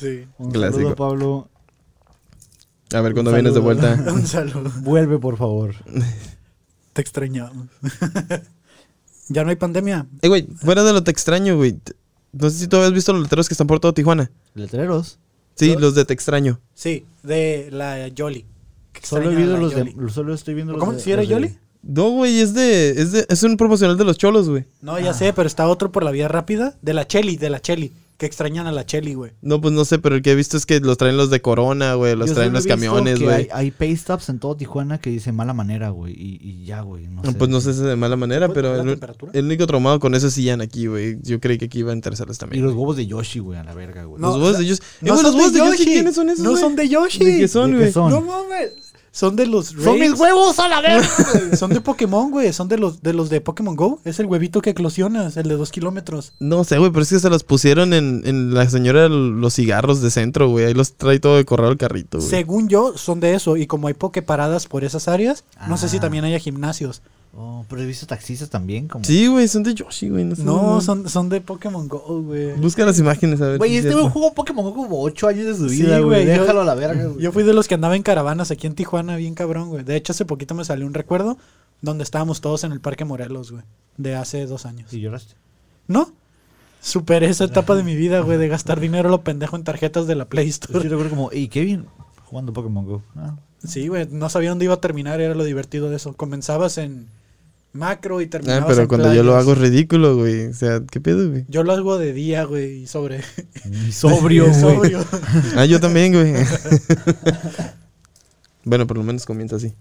[SPEAKER 2] Sí.
[SPEAKER 4] Un
[SPEAKER 3] Clásico.
[SPEAKER 4] saludo, Pablo.
[SPEAKER 3] A ver cuándo
[SPEAKER 4] Un
[SPEAKER 3] vienes de
[SPEAKER 4] saludo.
[SPEAKER 3] vuelta.
[SPEAKER 2] Un saludo.
[SPEAKER 4] Vuelve, por favor.
[SPEAKER 2] Te extrañamos. ya no hay pandemia.
[SPEAKER 3] Eh, güey, fuera de lo te extraño, güey. Te- No sé si tú habías visto los letreros que están por todo Tijuana.
[SPEAKER 4] Letreros.
[SPEAKER 3] Sí, los de te extraño.
[SPEAKER 2] Sí, de la Yoli. Que
[SPEAKER 4] Solo he
[SPEAKER 2] extraña a
[SPEAKER 4] visto
[SPEAKER 2] la
[SPEAKER 4] los
[SPEAKER 2] Yoli.
[SPEAKER 4] de... Solo estoy viendo los
[SPEAKER 2] ¿Cómo?
[SPEAKER 4] de-
[SPEAKER 2] ¿Sí era
[SPEAKER 4] los de-
[SPEAKER 2] Yoli?
[SPEAKER 3] No, güey, es de, es de. Es un promocional de los cholos, güey.
[SPEAKER 2] No, ya sé, pero está otro por la vía rápida. De la Cheli, de la Cheli. Que extrañan a la Cheli, güey.
[SPEAKER 3] No, pues no sé, pero el que he visto es que los traen los de Corona, güey. Los
[SPEAKER 4] Yo
[SPEAKER 3] traen
[SPEAKER 4] solo
[SPEAKER 3] los
[SPEAKER 4] he visto
[SPEAKER 3] camiones,
[SPEAKER 4] que
[SPEAKER 3] güey.
[SPEAKER 4] Hay, hay pay stubs en todo Tijuana que dice mala manera, güey. Y, y ya, güey. No
[SPEAKER 3] No,
[SPEAKER 4] sé.
[SPEAKER 3] Pues no sé si de mala manera,
[SPEAKER 2] ¿Puede
[SPEAKER 3] pero
[SPEAKER 2] bajar la
[SPEAKER 3] el,
[SPEAKER 2] temperatura?
[SPEAKER 3] el único traumado con eso sillan aquí, güey. Yo creí que aquí iba a interesarles
[SPEAKER 4] Y
[SPEAKER 3] también.
[SPEAKER 4] los huevos de Yoshi, güey, a la verga, güey.
[SPEAKER 2] No,
[SPEAKER 3] los huevos de Yoshi. Eh,
[SPEAKER 2] No
[SPEAKER 3] güey, los
[SPEAKER 2] son
[SPEAKER 3] huevos
[SPEAKER 2] de
[SPEAKER 3] de Yoshi,
[SPEAKER 2] Yoshi.
[SPEAKER 3] ¿quiénes son esos?
[SPEAKER 2] No
[SPEAKER 3] güey?
[SPEAKER 2] son de Yoshi.
[SPEAKER 3] ¿De qué son,
[SPEAKER 4] ¿De qué
[SPEAKER 3] güey?
[SPEAKER 4] son?
[SPEAKER 2] No mames. Son de los Rays.
[SPEAKER 4] ¡Son mis huevos a la verga!
[SPEAKER 2] Son de Pokémon, güey. Son de los, de los de Pokémon Go. Es el huevito que eclosionas, el de dos kilómetros.
[SPEAKER 3] No sé, güey, pero es que se los pusieron en, en la señora de los cigarros de centro, güey. Ahí los trae todo de correo el carrito, güey.
[SPEAKER 2] Según yo, son de eso. Y como hay pokeparadas por esas áreas, no sé si
[SPEAKER 4] Ah.
[SPEAKER 2] también haya gimnasios.
[SPEAKER 4] Oh, pero he visto taxistas también, como...
[SPEAKER 3] Sí, güey, son de Yoshi, güey. No, sé,
[SPEAKER 2] No,
[SPEAKER 3] güey.
[SPEAKER 2] son, son de Pokémon Go, güey.
[SPEAKER 3] Busca las imágenes, a ver. si
[SPEAKER 4] Güey,
[SPEAKER 3] es
[SPEAKER 4] este
[SPEAKER 3] cierto.
[SPEAKER 4] güey jugó Pokémon Go como 8 años de su
[SPEAKER 2] Sí,
[SPEAKER 4] vida, güey.
[SPEAKER 2] güey, yo-
[SPEAKER 4] Déjalo a la verga, güey.
[SPEAKER 2] Yo fui de los que andaba en caravanas aquí en Tijuana, bien cabrón, güey. De hecho, hace poquito me salió un recuerdo donde estábamos todos en el Parque Morelos, güey. De hace dos años.
[SPEAKER 4] ¿Y lloraste?
[SPEAKER 2] ¿No? Superé esa etapa de mi vida, güey, de gastar dinero a lo pendejo en tarjetas de la Play
[SPEAKER 4] Yo sí
[SPEAKER 2] Store.
[SPEAKER 4] recuerdo como, ey, Kevin, jugando Pokémon Go. Ah,
[SPEAKER 2] Sí, güey, no sabía dónde iba a terminar, era lo divertido de eso. Comenzabas en macro y
[SPEAKER 3] Ah,
[SPEAKER 2] terminabas
[SPEAKER 3] pero
[SPEAKER 2] en
[SPEAKER 3] cuando yo lo
[SPEAKER 2] playas.
[SPEAKER 3] hago es ridículo, güey. O sea, ¿qué pedo, güey?
[SPEAKER 2] Yo lo hago de día, güey, y sobre.
[SPEAKER 4] y sobrio,
[SPEAKER 2] y
[SPEAKER 4] güey.
[SPEAKER 2] sobrio.
[SPEAKER 3] Ah, yo también, güey. bueno, por lo menos comienza así.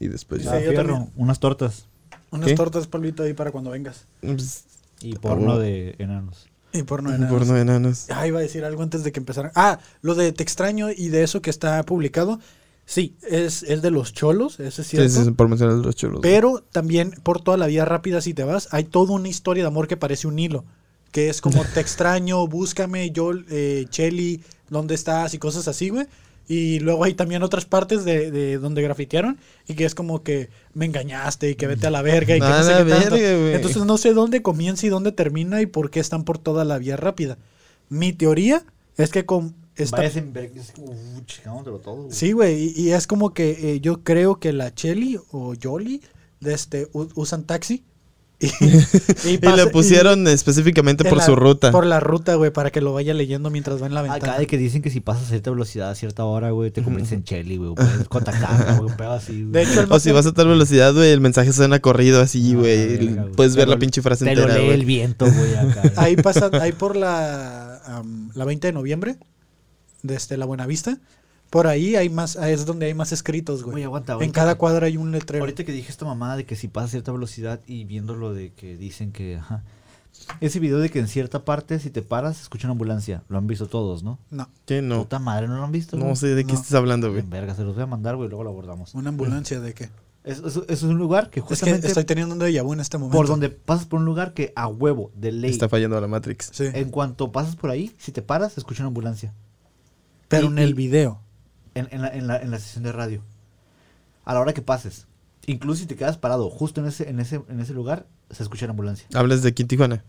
[SPEAKER 3] Y después ya.
[SPEAKER 4] Ah,
[SPEAKER 2] Sí, yo
[SPEAKER 4] fierro,
[SPEAKER 2] también.
[SPEAKER 4] unas tortas.
[SPEAKER 2] Unas
[SPEAKER 3] ¿Qué?
[SPEAKER 2] tortas, Pablito, ahí para cuando vengas.
[SPEAKER 3] Pues,
[SPEAKER 4] Y
[SPEAKER 3] huevo.
[SPEAKER 4] porno de enanos.
[SPEAKER 2] Y por no de nada.
[SPEAKER 3] porno de enanos.
[SPEAKER 2] Ah, iba a decir algo antes de que empezaran. Ah, lo de Te extraño y de eso que está publicado. Sí, es, es de los cholos, eso es
[SPEAKER 3] Sí,
[SPEAKER 2] cierto.
[SPEAKER 3] sí, sí, por mencionar los cholos. güey.
[SPEAKER 2] Pero también por toda la vía rápida, si te vas, hay toda una historia de amor que parece un hilo. que es como te extraño, búscame, yo, eh, Chelly, ¿dónde estás? Y cosas así, güey. Y luego hay también otras partes de, de donde grafitearon y que es como que me engañaste y que vete a la verga y que
[SPEAKER 3] A
[SPEAKER 2] no sé
[SPEAKER 3] la
[SPEAKER 2] qué tanto.
[SPEAKER 3] verga, güey.
[SPEAKER 2] Entonces no sé dónde comienza y dónde termina y por qué están por toda la vía rápida. Mi teoría es que con esta
[SPEAKER 4] Vaya sin ver- es como, uh, checándolo todo, güey.
[SPEAKER 2] Sí, güey, y, y es como que eh, yo creo que la Chelly o Jolly de este, u- usan taxi. Y, y
[SPEAKER 3] Y
[SPEAKER 2] pasa-
[SPEAKER 3] le
[SPEAKER 2] y-
[SPEAKER 3] pusieron específicamente
[SPEAKER 2] en
[SPEAKER 3] por
[SPEAKER 2] la-
[SPEAKER 3] su ruta.
[SPEAKER 2] Por la ruta, güey, para que lo vaya leyendo mientras va en la ventana.
[SPEAKER 4] Acá de que dicen que si pasas a cierta velocidad a cierta hora, güey, te conviertes en Chelly, güey. o Puedes contactar, güey, un pedo así, güey.
[SPEAKER 2] De hecho, el
[SPEAKER 3] O si
[SPEAKER 2] vato-
[SPEAKER 3] vas a tal velocidad, güey, el mensaje suena corrido así,
[SPEAKER 4] Ah,
[SPEAKER 3] güey.
[SPEAKER 4] verga, güey.
[SPEAKER 3] Puedes
[SPEAKER 4] Te
[SPEAKER 3] ver la
[SPEAKER 4] lo-
[SPEAKER 3] pinche frase
[SPEAKER 4] Te lo
[SPEAKER 3] entera,
[SPEAKER 4] lee el
[SPEAKER 3] güey.
[SPEAKER 4] viento, güey, acá.
[SPEAKER 2] ahí pasa, ahí por la, am, la 20 de noviembre, desde la Buenavista. Por ahí hay más, ah, es donde hay más escritos, güey.
[SPEAKER 4] Oye, aguanta,
[SPEAKER 2] en
[SPEAKER 4] ahorita
[SPEAKER 2] cada
[SPEAKER 4] que-
[SPEAKER 2] cuadra hay un letrero.
[SPEAKER 4] Ahorita que dije esta mamada de que si pasa a cierta velocidad y viendo lo de que dicen que, ajá. Ese video de que en cierta parte, si te paras, se escucha una ambulancia. Lo han visto todos, ¿no?
[SPEAKER 2] No,
[SPEAKER 3] ¿Qué? No.
[SPEAKER 4] Puta madre, ¿no lo han visto?
[SPEAKER 3] No
[SPEAKER 4] güey?
[SPEAKER 3] sé de qué
[SPEAKER 2] No.
[SPEAKER 3] estás hablando, güey.
[SPEAKER 4] En verga, se los voy a mandar, güey, luego lo abordamos.
[SPEAKER 2] una ambulancia de qué.
[SPEAKER 4] Eso es, es un lugar que
[SPEAKER 2] Es que
[SPEAKER 4] justamente
[SPEAKER 2] estoy teniendo un déjà vu en este momento.
[SPEAKER 4] por donde pasas por un lugar que a huevo, de ley,
[SPEAKER 3] Está fallando la Matrix.
[SPEAKER 2] Sí.
[SPEAKER 4] en cuanto pasas por ahí, si te paras, se escucha una ambulancia.
[SPEAKER 2] Pero
[SPEAKER 4] y-
[SPEAKER 2] en el
[SPEAKER 4] y-
[SPEAKER 2] video.
[SPEAKER 4] En, en la, en, la, en la sesión de radio. A la hora que pases. Incluso si te quedas parado justo en ese, en ese, en ese lugar, se escucha la ambulancia.
[SPEAKER 3] Hablas de aquí en Tijuana.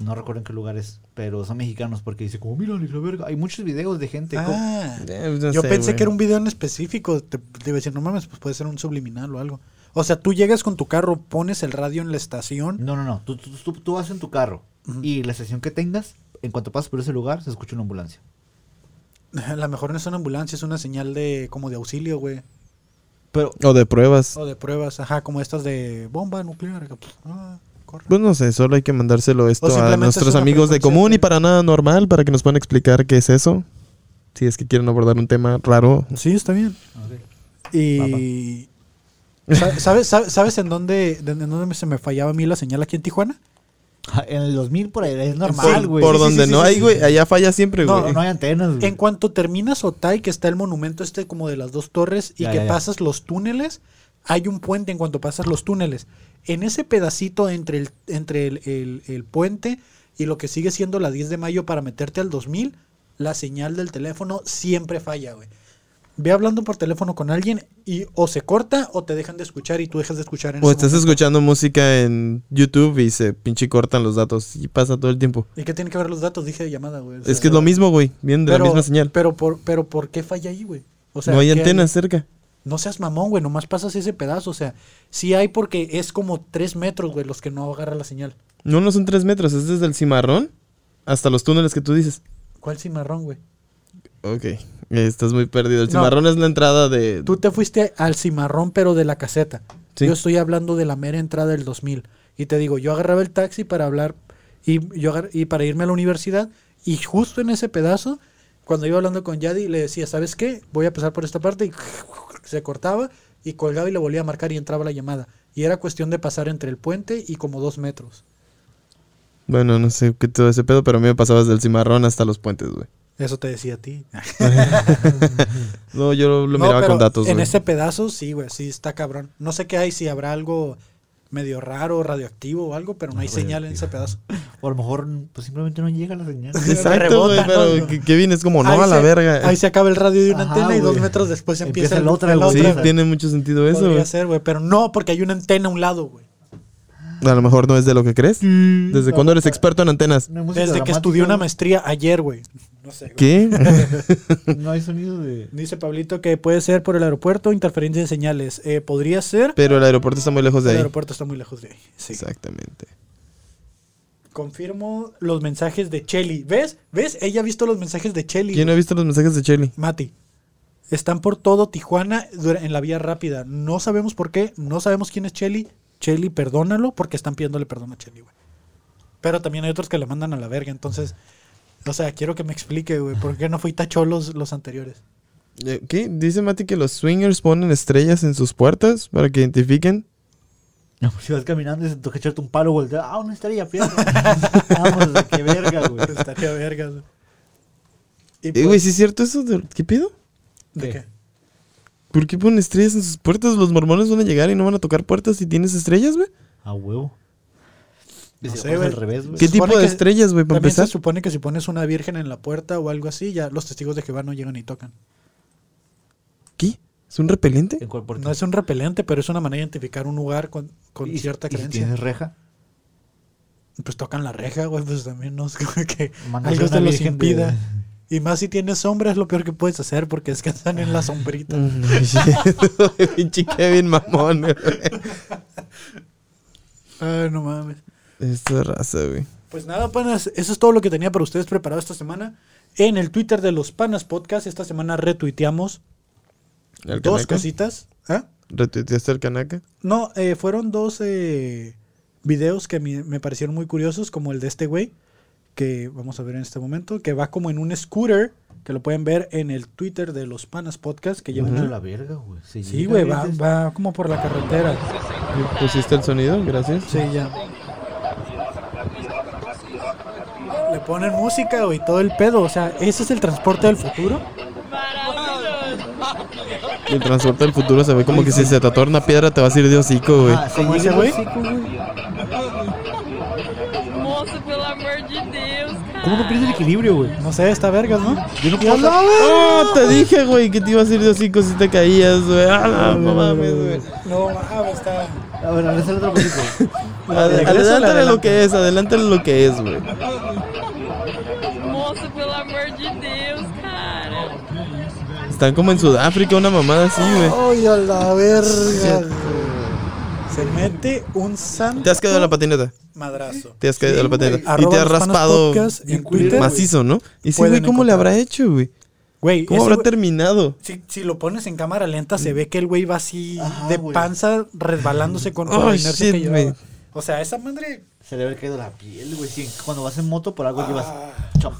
[SPEAKER 4] No recuerdo en qué lugar es, pero son mexicanos porque dice como, mira, la verga. Hay muchos videos de gente. como-
[SPEAKER 2] Ah.
[SPEAKER 3] Eh, no
[SPEAKER 2] Yo
[SPEAKER 3] sé,
[SPEAKER 2] pensé
[SPEAKER 3] güey.
[SPEAKER 2] que era un video en específico. Te, te iba a decir, no mames, pues puede ser un subliminal o algo. O sea, tú llegas con tu carro, pones el radio en la estación.
[SPEAKER 4] No, no, no. Tú, tú, tú, tú vas en tu carro y la sesión que tengas, en cuanto pasas por ese lugar, se escucha una ambulancia.
[SPEAKER 2] A lo mejor no es una ambulancia, es una señal de como de auxilio, güey.
[SPEAKER 4] Pero
[SPEAKER 3] O de pruebas.
[SPEAKER 2] O de pruebas, ajá, como estas de bomba nuclear. que, pues, ah, corre.
[SPEAKER 3] Pues no sé, solo hay que mandárselo esto a
[SPEAKER 2] simplemente es
[SPEAKER 3] nuestros
[SPEAKER 2] una
[SPEAKER 3] amigos de
[SPEAKER 2] frecuencia
[SPEAKER 3] común y
[SPEAKER 2] que-
[SPEAKER 3] para nada normal para que nos puedan explicar qué es eso. Si es que quieren abordar un tema raro.
[SPEAKER 2] Sí, está bien. Y. sa- ¿Sabes, sabes, sabes en dónde, de- en dónde se me fallaba a mí la señal aquí en Tijuana?
[SPEAKER 4] ja, Ah, en el 2000 por ahí es normal,
[SPEAKER 3] por
[SPEAKER 4] güey.
[SPEAKER 3] por
[SPEAKER 4] Sí, sí,
[SPEAKER 3] donde
[SPEAKER 4] sí,
[SPEAKER 3] no
[SPEAKER 4] sí,
[SPEAKER 3] hay,
[SPEAKER 4] sí.
[SPEAKER 3] güey. Allá falla siempre,
[SPEAKER 2] No,
[SPEAKER 3] güey.
[SPEAKER 4] No hay
[SPEAKER 3] Mm.
[SPEAKER 4] antenas, güey.
[SPEAKER 2] En cuanto terminas Otay, que está el monumento este como de las dos torres y
[SPEAKER 4] Ya,
[SPEAKER 2] que
[SPEAKER 4] ya, ya.
[SPEAKER 2] pasas los túneles, hay un puente en cuanto pasas los túneles. En ese pedacito entre el, entre el, el- el puente y lo que sigue siendo la 10 de mayo para meterte al 2000, la señal del teléfono siempre falla, güey. Ve hablando por teléfono con alguien y o se corta o te dejan de escuchar y tú dejas de escuchar en
[SPEAKER 3] O
[SPEAKER 2] ese
[SPEAKER 3] estás
[SPEAKER 2] momento.
[SPEAKER 3] escuchando música en YouTube y se pinche cortan los datos y pasa todo el tiempo.
[SPEAKER 2] ¿Y qué tiene que ver los datos? Dije de llamada, güey. O sea,
[SPEAKER 3] Es que es lo mismo, güey. Vienen de
[SPEAKER 2] pero-
[SPEAKER 3] la misma señal.
[SPEAKER 2] Pero por, pero ¿por qué falla ahí, güey? O sea,
[SPEAKER 3] no hay
[SPEAKER 2] ¿qué
[SPEAKER 3] antenas cerca.
[SPEAKER 2] No seas mamón, güey, nomás pasas ese pedazo. O sea, sí hay porque es como tres metros, güey, los que no agarra la señal.
[SPEAKER 3] No, no son tres metros. Es desde el cimarrón hasta los túneles que tú dices.
[SPEAKER 2] ¿Cuál cimarrón, güey?
[SPEAKER 3] Ok. eh, Estás muy perdido. El
[SPEAKER 2] No.
[SPEAKER 3] cimarrón es la entrada de...
[SPEAKER 2] Tú te fuiste al cimarrón, pero de la caseta.
[SPEAKER 3] Sí.
[SPEAKER 2] Yo estoy hablando de la mera entrada del 2000. Y te digo, yo agarraba el taxi para hablar y, yo agar- y para irme a la universidad. Y justo en ese pedazo, cuando iba hablando con Yadi, le decía, ¿sabes qué? Voy a pasar por esta parte. Y se cortaba y colgaba y le volvía a marcar y entraba la llamada. Y era cuestión de pasar entre el puente y como dos metros.
[SPEAKER 3] Bueno, no sé qué todo ese pedo, pero a mí me pasabas del cimarrón hasta los puentes, güey.
[SPEAKER 2] Eso te decía a ti.
[SPEAKER 3] No, yo lo, lo
[SPEAKER 2] No,
[SPEAKER 3] miraba
[SPEAKER 2] pero
[SPEAKER 3] con datos,
[SPEAKER 2] En
[SPEAKER 3] güey.
[SPEAKER 2] ese pedazo, sí, güey, sí está cabrón. No sé qué hay, si habrá algo medio raro, radioactivo o algo, pero no hay señal en ese pedazo.
[SPEAKER 4] O a lo mejor pues, simplemente no llega la señal.
[SPEAKER 3] Exacto, güey,
[SPEAKER 2] rebota,
[SPEAKER 3] pero
[SPEAKER 2] ¿no?
[SPEAKER 3] que- Kevin es como, no,
[SPEAKER 2] Ahí
[SPEAKER 3] a la
[SPEAKER 2] se-
[SPEAKER 3] verga. eh.
[SPEAKER 2] Ahí se acaba el radio de una
[SPEAKER 4] Ajá,
[SPEAKER 2] antena y dos
[SPEAKER 4] güey.
[SPEAKER 2] metros después empieza,
[SPEAKER 4] Empieza
[SPEAKER 2] el,
[SPEAKER 4] la otra,
[SPEAKER 2] el
[SPEAKER 4] güey.
[SPEAKER 3] sí,
[SPEAKER 2] otro.
[SPEAKER 4] otra.
[SPEAKER 3] tiene mucho sentido eso,
[SPEAKER 2] Podría
[SPEAKER 3] güey.
[SPEAKER 2] ser, güey, pero no, porque hay una antena a un lado, güey.
[SPEAKER 3] A lo mejor no es de lo que crees. ¿Desde cuándo eres experto en antenas?
[SPEAKER 4] No hay música
[SPEAKER 2] Desde que
[SPEAKER 4] dramática,
[SPEAKER 2] estudié una
[SPEAKER 4] güey.
[SPEAKER 2] maestría ayer, güey. No sé, güey.
[SPEAKER 3] ¿Qué?
[SPEAKER 4] No hay sonido de.
[SPEAKER 2] Dice Pablito que puede ser por el aeropuerto, interferencia de señales. Eh, podría ser,
[SPEAKER 3] Pero el aeropuerto está muy lejos de
[SPEAKER 2] el
[SPEAKER 3] ahí.
[SPEAKER 2] aeropuerto está muy lejos de ahí. Sí.
[SPEAKER 3] Exactamente.
[SPEAKER 2] Confirmo los mensajes de Chelly. ¿Ves? ¿Ves? Ella ha visto los mensajes de Chelly.
[SPEAKER 3] ¿Quién no ha visto los mensajes de Chelly?
[SPEAKER 2] Mati, están por todo Tijuana dura- en la vía rápida. No sabemos por qué, no sabemos quién es Chelly. Chelly, perdónalo, porque están pidiéndole perdón a Chelly, güey. Pero también hay otros que le mandan a la verga, entonces. O sea, quiero que me explique, güey, por qué no fui tacholos los anteriores.
[SPEAKER 3] Eh, ¿Qué? Dice Mati que los swingers ponen estrellas en sus puertas para que identifiquen.
[SPEAKER 4] No, pues, si vas caminando y se te toca echarte un palo, voltea. Ah, una estrella, fierro. Vamos, de qué verga, güey.
[SPEAKER 2] Estaría verga, güey. Y
[SPEAKER 3] Eh,
[SPEAKER 2] pues,
[SPEAKER 3] güey, ¿sí es cierto eso? de- ¿Qué pido?
[SPEAKER 2] ¿de
[SPEAKER 4] ¿qué?
[SPEAKER 2] qué?
[SPEAKER 3] ¿Por qué ponen estrellas en sus puertas? Los mormones van a llegar y no van a tocar puertas si tienes estrellas, güey.
[SPEAKER 4] A huevo. Y
[SPEAKER 2] No
[SPEAKER 4] si lo
[SPEAKER 2] sé,
[SPEAKER 4] pones
[SPEAKER 2] güey.
[SPEAKER 4] al revés, güey.
[SPEAKER 3] ¿Qué
[SPEAKER 2] Se
[SPEAKER 3] tipo
[SPEAKER 2] supone
[SPEAKER 3] de
[SPEAKER 2] que-
[SPEAKER 3] estrellas, güey, para
[SPEAKER 2] También se
[SPEAKER 3] empezar?
[SPEAKER 2] supone que si pones una virgen en la puerta o algo así, ya los testigos de Jehová no llegan ni tocan.
[SPEAKER 3] ¿Qué? ¿Es un repelente?
[SPEAKER 4] ¿En cuál puerta?
[SPEAKER 2] No es un repelente, pero es una manera de identificar un lugar con, con
[SPEAKER 4] ¿Y-
[SPEAKER 2] cierta
[SPEAKER 4] y si
[SPEAKER 2] creencia.
[SPEAKER 4] tienes reja?
[SPEAKER 2] Pues tocan la reja, güey, pues también no es como que
[SPEAKER 4] Mano,
[SPEAKER 2] algo
[SPEAKER 4] es
[SPEAKER 2] se
[SPEAKER 4] una
[SPEAKER 2] los
[SPEAKER 4] virgen de-
[SPEAKER 2] impida. Y más si tienes sombra, es lo peor que puedes hacer porque descansan en la sombrita.
[SPEAKER 3] Mm, Pinche Kevin mamón, güey.
[SPEAKER 2] Ay, no mames.
[SPEAKER 3] Esta raza, güey.
[SPEAKER 2] Pues nada, panas, eso es todo lo que tenía para ustedes preparado esta semana. En el Twitter de los Panas Podcast, esta semana retuiteamos
[SPEAKER 3] ¿El
[SPEAKER 2] dos
[SPEAKER 3] canaca?
[SPEAKER 2] cositas. ¿Ah?
[SPEAKER 3] ¿Retuiteaste al canaca?
[SPEAKER 2] No, eh, fueron dos eh, videos que me, me parecieron muy curiosos, como el de este güey, que vamos a ver en este momento, que va como en un scooter, que lo pueden ver en el Twitter de los Panas Podcast, que lleva
[SPEAKER 4] Lleva
[SPEAKER 2] una-
[SPEAKER 4] la verga, güey. Se
[SPEAKER 2] Sí,
[SPEAKER 4] llega,
[SPEAKER 2] güey, va,
[SPEAKER 4] dices.
[SPEAKER 2] va como por la carretera.
[SPEAKER 3] ¿Pusiste el sonido? Gracias.
[SPEAKER 2] Sí, ya. Le ponen música, güey, todo el pedo. O sea, ese es el transporte del futuro.
[SPEAKER 3] Y El transporte del futuro se ve como que si se te atora una piedra te vas a ir de hocico, güey.
[SPEAKER 4] Ah, se
[SPEAKER 2] ¿Cómo
[SPEAKER 4] llega
[SPEAKER 2] ese güey?
[SPEAKER 4] el hocico, güey.
[SPEAKER 7] Moça, pelo amor de Deus, cara.
[SPEAKER 4] ¿Cómo no pierdes el equilibrio, güey?
[SPEAKER 2] No sé, está vergas, ¿no?
[SPEAKER 4] Yo no puedo.
[SPEAKER 3] ¡Oh! Te dije, güey, que te ibas a ir de hocico si te caías, güey. ¡Ah, no, no mames, güey!
[SPEAKER 2] No, mames, está.
[SPEAKER 4] A ver, a ver, sale otro poquito.
[SPEAKER 2] regreso
[SPEAKER 3] Ad-
[SPEAKER 2] o la
[SPEAKER 3] Adelántale
[SPEAKER 2] adelanto?
[SPEAKER 3] lo que es, adelántale lo que es, güey.
[SPEAKER 7] Moça, pelo amor de Deus, cara.
[SPEAKER 3] Están como en Sudáfrica, una mamada así, güey.
[SPEAKER 2] ¡Ay, a la verga! Se mete un santo
[SPEAKER 3] Te has caído de la patineta.
[SPEAKER 2] madrazo.
[SPEAKER 3] Te has caído de la patineta. Y
[SPEAKER 2] Arroba
[SPEAKER 3] te has
[SPEAKER 2] Los Panas
[SPEAKER 3] raspado
[SPEAKER 2] Podcast en Twitter,
[SPEAKER 3] macizo, ¿no? Y sí,
[SPEAKER 2] Pueden
[SPEAKER 3] güey, ¿cómo le
[SPEAKER 2] encontrar.
[SPEAKER 3] habrá hecho, güey?
[SPEAKER 2] Güey,
[SPEAKER 3] ¿Cómo
[SPEAKER 2] ese
[SPEAKER 3] habrá
[SPEAKER 2] güey-
[SPEAKER 3] terminado?
[SPEAKER 2] si, si lo pones en cámara lenta, se ve que el güey va así
[SPEAKER 4] Ajá,
[SPEAKER 2] de
[SPEAKER 4] güey.
[SPEAKER 2] panza resbalándose con por
[SPEAKER 3] Oh,
[SPEAKER 2] la inercia que
[SPEAKER 3] shit,
[SPEAKER 2] llevaba.
[SPEAKER 3] güey.
[SPEAKER 2] O sea, esa madre.
[SPEAKER 4] Se le ve caído la piel, güey. Sí, cuando vas en moto, por algo llevas
[SPEAKER 2] Ah.
[SPEAKER 4] cham-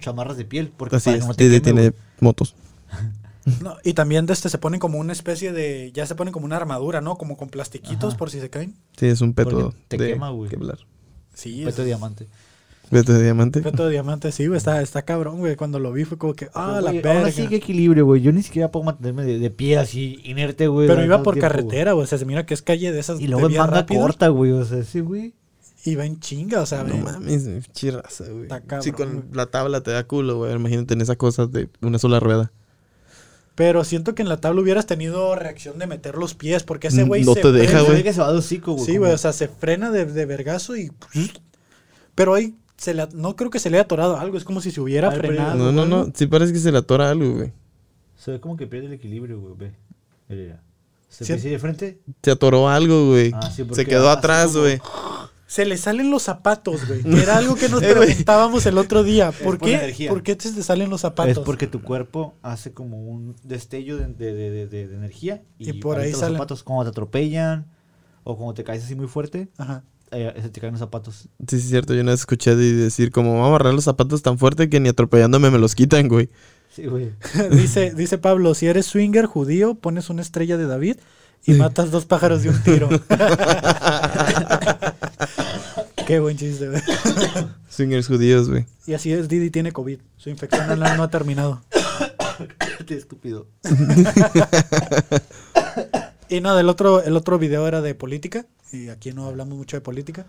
[SPEAKER 4] chamarras de piel. Porque
[SPEAKER 3] Así
[SPEAKER 4] para que
[SPEAKER 3] es,
[SPEAKER 4] no te
[SPEAKER 3] tiene,
[SPEAKER 4] queme,
[SPEAKER 3] tiene
[SPEAKER 4] güey.
[SPEAKER 3] motos.
[SPEAKER 2] No, y también de este se ponen como una especie de. Ya se ponen como una armadura, ¿no? Como con plastiquitos por si se caen.
[SPEAKER 3] Sí, es un peto
[SPEAKER 4] Porque te
[SPEAKER 3] de
[SPEAKER 4] quema, güey.
[SPEAKER 3] quebrar.
[SPEAKER 2] Sí,
[SPEAKER 4] Peto
[SPEAKER 2] es-
[SPEAKER 4] de diamante.
[SPEAKER 3] Peto de diamante.
[SPEAKER 2] Peto de diamante, sí, güey. Está, está cabrón, güey. Cuando lo vi fue como que. ¡Ah, la
[SPEAKER 4] Pues, Güey,
[SPEAKER 2] verga!
[SPEAKER 4] Ahora sí que equilibrio, güey. Yo ni siquiera puedo mantenerme de, de pie así, inerte, güey.
[SPEAKER 2] Pero
[SPEAKER 4] durante
[SPEAKER 2] iba
[SPEAKER 4] un
[SPEAKER 2] por
[SPEAKER 4] tiempo, güey.
[SPEAKER 2] carretera, güey. O sea, se mira que es calle de esas.
[SPEAKER 4] Y luego
[SPEAKER 2] de
[SPEAKER 4] en
[SPEAKER 2] vías
[SPEAKER 4] manga
[SPEAKER 2] rápidas,
[SPEAKER 4] corta, güey. O sea, sí, güey.
[SPEAKER 2] Y va en chinga, o sea,
[SPEAKER 3] No
[SPEAKER 2] ve-
[SPEAKER 3] mames, güey, pinche raza, güey.
[SPEAKER 2] Está cabrón,
[SPEAKER 3] Si con
[SPEAKER 2] güey.
[SPEAKER 3] la tabla te da culo, güey. Imagínate en esas cosas de una sola rueda.
[SPEAKER 2] Pero siento que en la tabla hubieras tenido reacción de meter los pies, porque ese
[SPEAKER 3] Mm,
[SPEAKER 2] güey
[SPEAKER 3] no
[SPEAKER 2] se
[SPEAKER 3] te
[SPEAKER 2] frena,
[SPEAKER 3] deja,
[SPEAKER 4] Se
[SPEAKER 3] güey.
[SPEAKER 4] ve que se va de hocico, güey.
[SPEAKER 2] Sí,
[SPEAKER 4] como-
[SPEAKER 2] güey, o sea, se frena de, de vergazo y. Pero ahí se le at- no creo que se le haya atorado algo, es como si se hubiera
[SPEAKER 4] Algo,
[SPEAKER 2] frenado.
[SPEAKER 3] No, no, no. Sí parece que se le atora algo, güey.
[SPEAKER 4] Se ve como que pierde el equilibrio, güey. Ve. Mira, mira. Se
[SPEAKER 2] Sí.
[SPEAKER 4] ve así de frente.
[SPEAKER 3] Se atoró algo, güey.
[SPEAKER 4] Ah, sí, porque
[SPEAKER 3] se quedó
[SPEAKER 4] hace
[SPEAKER 3] atrás,
[SPEAKER 4] como-
[SPEAKER 3] güey.
[SPEAKER 2] Se le salen los zapatos, güey. que Era algo que nos
[SPEAKER 3] Eh, güey.
[SPEAKER 2] preguntábamos el otro día. ¿Por
[SPEAKER 4] Es por la
[SPEAKER 2] qué?
[SPEAKER 4] energía.
[SPEAKER 2] ¿Por qué te te salen los zapatos?
[SPEAKER 4] Es porque tu cuerpo hace como un destello de, de- de- de- de- de energía. Y,
[SPEAKER 2] Y por ahí
[SPEAKER 4] ahorita los
[SPEAKER 2] salen.
[SPEAKER 4] zapatos, como te atropellan o como te caes así muy fuerte,
[SPEAKER 2] Ajá.
[SPEAKER 4] eh, se te caen los zapatos.
[SPEAKER 3] Sí, sí, cierto. Yo una vez escuché de decir, como vamos a amarrar los zapatos tan fuerte que ni atropellándome me los quitan, güey.
[SPEAKER 4] Sí, güey.
[SPEAKER 2] dice, dice Pablo, si eres swinger judío, pones una estrella de David y matas dos pájaros de un tiro. Qué buen chiste, güey.
[SPEAKER 3] Swingers judíos, güey.
[SPEAKER 2] Y así es, Didi tiene COVID. Su infección anal no ha terminado.
[SPEAKER 4] Qué estúpido.
[SPEAKER 2] Y no, el otro, el otro video era de política. Y aquí no hablamos mucho de política.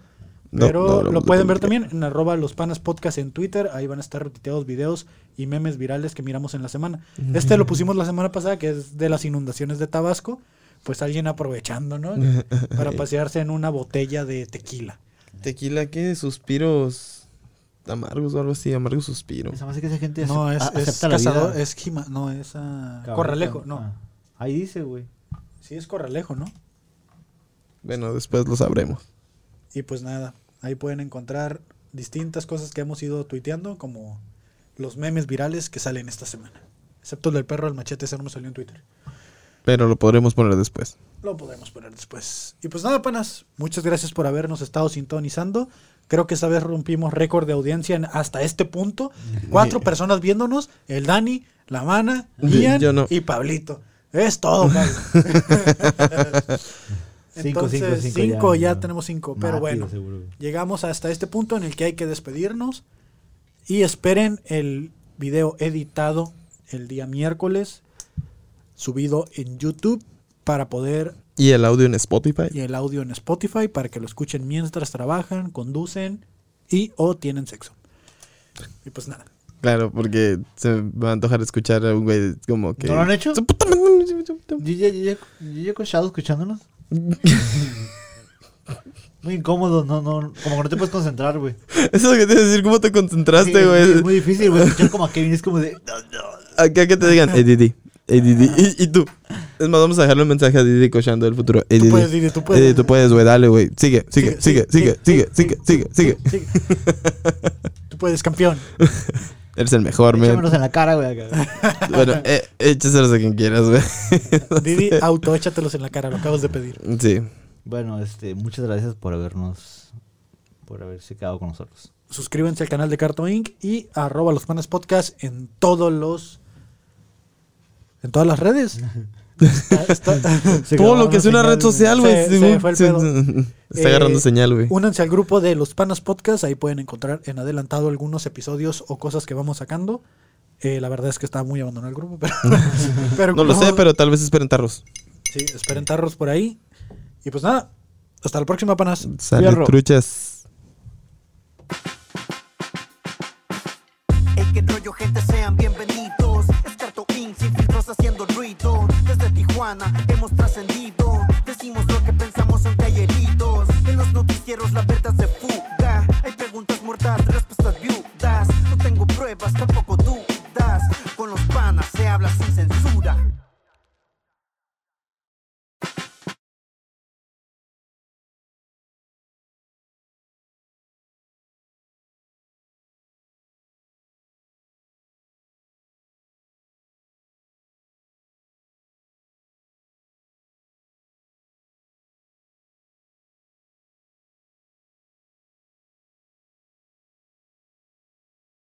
[SPEAKER 3] No,
[SPEAKER 2] pero
[SPEAKER 3] no hablamos
[SPEAKER 2] lo
[SPEAKER 3] de
[SPEAKER 2] pueden ver
[SPEAKER 3] política.
[SPEAKER 2] también en arroba los panas podcast en Twitter. Ahí van a estar retuiteados videos y memes virales que miramos en la semana. Este lo pusimos la semana pasada, que es de las inundaciones de Tabasco. Pues alguien aprovechando, ¿no? Para pasearse en una botella de tequila.
[SPEAKER 3] Tequila, ¿qué? Suspiros amargos o algo así. Amargo suspiro.
[SPEAKER 4] Se me hace que esa gente
[SPEAKER 2] No,
[SPEAKER 4] acep-
[SPEAKER 2] es,
[SPEAKER 4] a-
[SPEAKER 2] es
[SPEAKER 4] ah, acepta la
[SPEAKER 2] cazador,
[SPEAKER 4] vida.
[SPEAKER 2] es Jima- no, es ah,
[SPEAKER 4] Cabrón,
[SPEAKER 2] Corralejo, no.
[SPEAKER 4] ah. Ahí dice, güey.
[SPEAKER 2] Sí, es Corralejo, ¿no?
[SPEAKER 3] Bueno, después lo sabremos.
[SPEAKER 2] Y pues nada, ahí pueden encontrar distintas cosas que hemos ido tuiteando, como los memes virales que salen esta semana. Excepto el del perro al machete, ese no me salió en Twitter.
[SPEAKER 3] Pero lo podremos poner después.
[SPEAKER 2] Lo podemos poner después. Y pues nada, panas, muchas gracias por habernos estado sintonizando. Creo que esta vez rompimos récord de audiencia en- hasta este punto. Cuatro personas viéndonos, el Dani, la Mana,
[SPEAKER 3] Yo-
[SPEAKER 2] Ian
[SPEAKER 3] yo no.
[SPEAKER 2] y Pablito. Es todo, Pablo.
[SPEAKER 4] Cinco, cinco,
[SPEAKER 2] Entonces,
[SPEAKER 4] cinco
[SPEAKER 2] cinco,
[SPEAKER 4] ya,
[SPEAKER 2] ya,
[SPEAKER 4] ¿no?
[SPEAKER 2] tenemos cinco, pero
[SPEAKER 4] Rápido,
[SPEAKER 2] bueno.
[SPEAKER 4] seguro, güey.
[SPEAKER 2] Llegamos hasta este punto en el que hay que despedirnos. Y esperen el video editado el día miércoles, subido en YouTube, para poder
[SPEAKER 3] Y el audio en Spotify.
[SPEAKER 2] y el audio en Spotify para que lo escuchen mientras trabajan, conducen y o tienen sexo. Y pues nada.
[SPEAKER 3] Claro, porque se me va a antojar escuchar a un güey como que.
[SPEAKER 4] ¿No lo han hecho? Yo ya, yo ya- yo ya he escuchado escuchándonos. Muy incómodo, no, no. Como que no te puedes concentrar, güey.
[SPEAKER 3] Eso es lo que te iba a decir, ¿cómo te
[SPEAKER 4] Sí,
[SPEAKER 3] concentraste,
[SPEAKER 4] es-
[SPEAKER 3] güey?
[SPEAKER 4] Es muy difícil, güey. Escuchar como a Kevin es como de. "No, no".
[SPEAKER 3] Acá que te digan, hey Didi, hey Didi, y, y tú. Es más, vamos a dejarle un mensaje a Didi cochando del futuro. Hey,
[SPEAKER 2] Tú
[SPEAKER 3] Didi,
[SPEAKER 2] puedes, Didi, tú puedes.
[SPEAKER 3] Hey, Didi, tú puedes, güey, dale, güey. Sigue, sigue, sigue, sigue, sigue, sigue, sigue, sigue.
[SPEAKER 2] sigue. Tú puedes, campeón.
[SPEAKER 3] Eres el mejor,
[SPEAKER 4] Échamelos
[SPEAKER 3] man.
[SPEAKER 4] en la cara, güey. acá.
[SPEAKER 3] Bueno, eh, échaselos a quien quieras, güey.
[SPEAKER 2] Didi, auto, échatelos en la cara, lo acabas de pedir.
[SPEAKER 3] Sí.
[SPEAKER 4] Bueno, este, muchas gracias por habernos. Por haberse quedado con nosotros.
[SPEAKER 2] Suscríbanse al canal de Carto Inc. y arroba los panas podcast en todos los. En todas las redes. Está- está-
[SPEAKER 4] Se
[SPEAKER 3] Todo
[SPEAKER 4] grabaron
[SPEAKER 3] lo que es
[SPEAKER 4] la
[SPEAKER 3] una
[SPEAKER 4] señal,
[SPEAKER 3] red social, güey.
[SPEAKER 2] Se-
[SPEAKER 3] sí,
[SPEAKER 2] se
[SPEAKER 3] güey,
[SPEAKER 2] fue el
[SPEAKER 3] sí,
[SPEAKER 2] pedo.
[SPEAKER 3] sí. Está
[SPEAKER 2] Eh,
[SPEAKER 3] agarrando señal, güey.
[SPEAKER 2] Únanse al grupo de los Panas Podcast, ahí pueden encontrar en adelantado algunos episodios o cosas que vamos sacando. Eh, la verdad es que está muy abandonado el grupo, pero, pero
[SPEAKER 3] No lo
[SPEAKER 2] como-
[SPEAKER 3] sé, pero tal vez esperen tarros.
[SPEAKER 2] Sí, esperen tarros por ahí. Y pues nada, hasta la próxima, Panas.
[SPEAKER 3] Sale
[SPEAKER 4] Fierro.
[SPEAKER 3] truchas.
[SPEAKER 1] Ey, qué rollo, gente, sean bienvenidos. Escarto Inc. sin filtros haciendo ruido. Desde Tijuana hemos trascendido. Decimos lo que pensamos en calleritos. En los noticieros la verdad se fuga. Hay preguntas mortales, respuestas viudas. No tengo pruebas, tampoco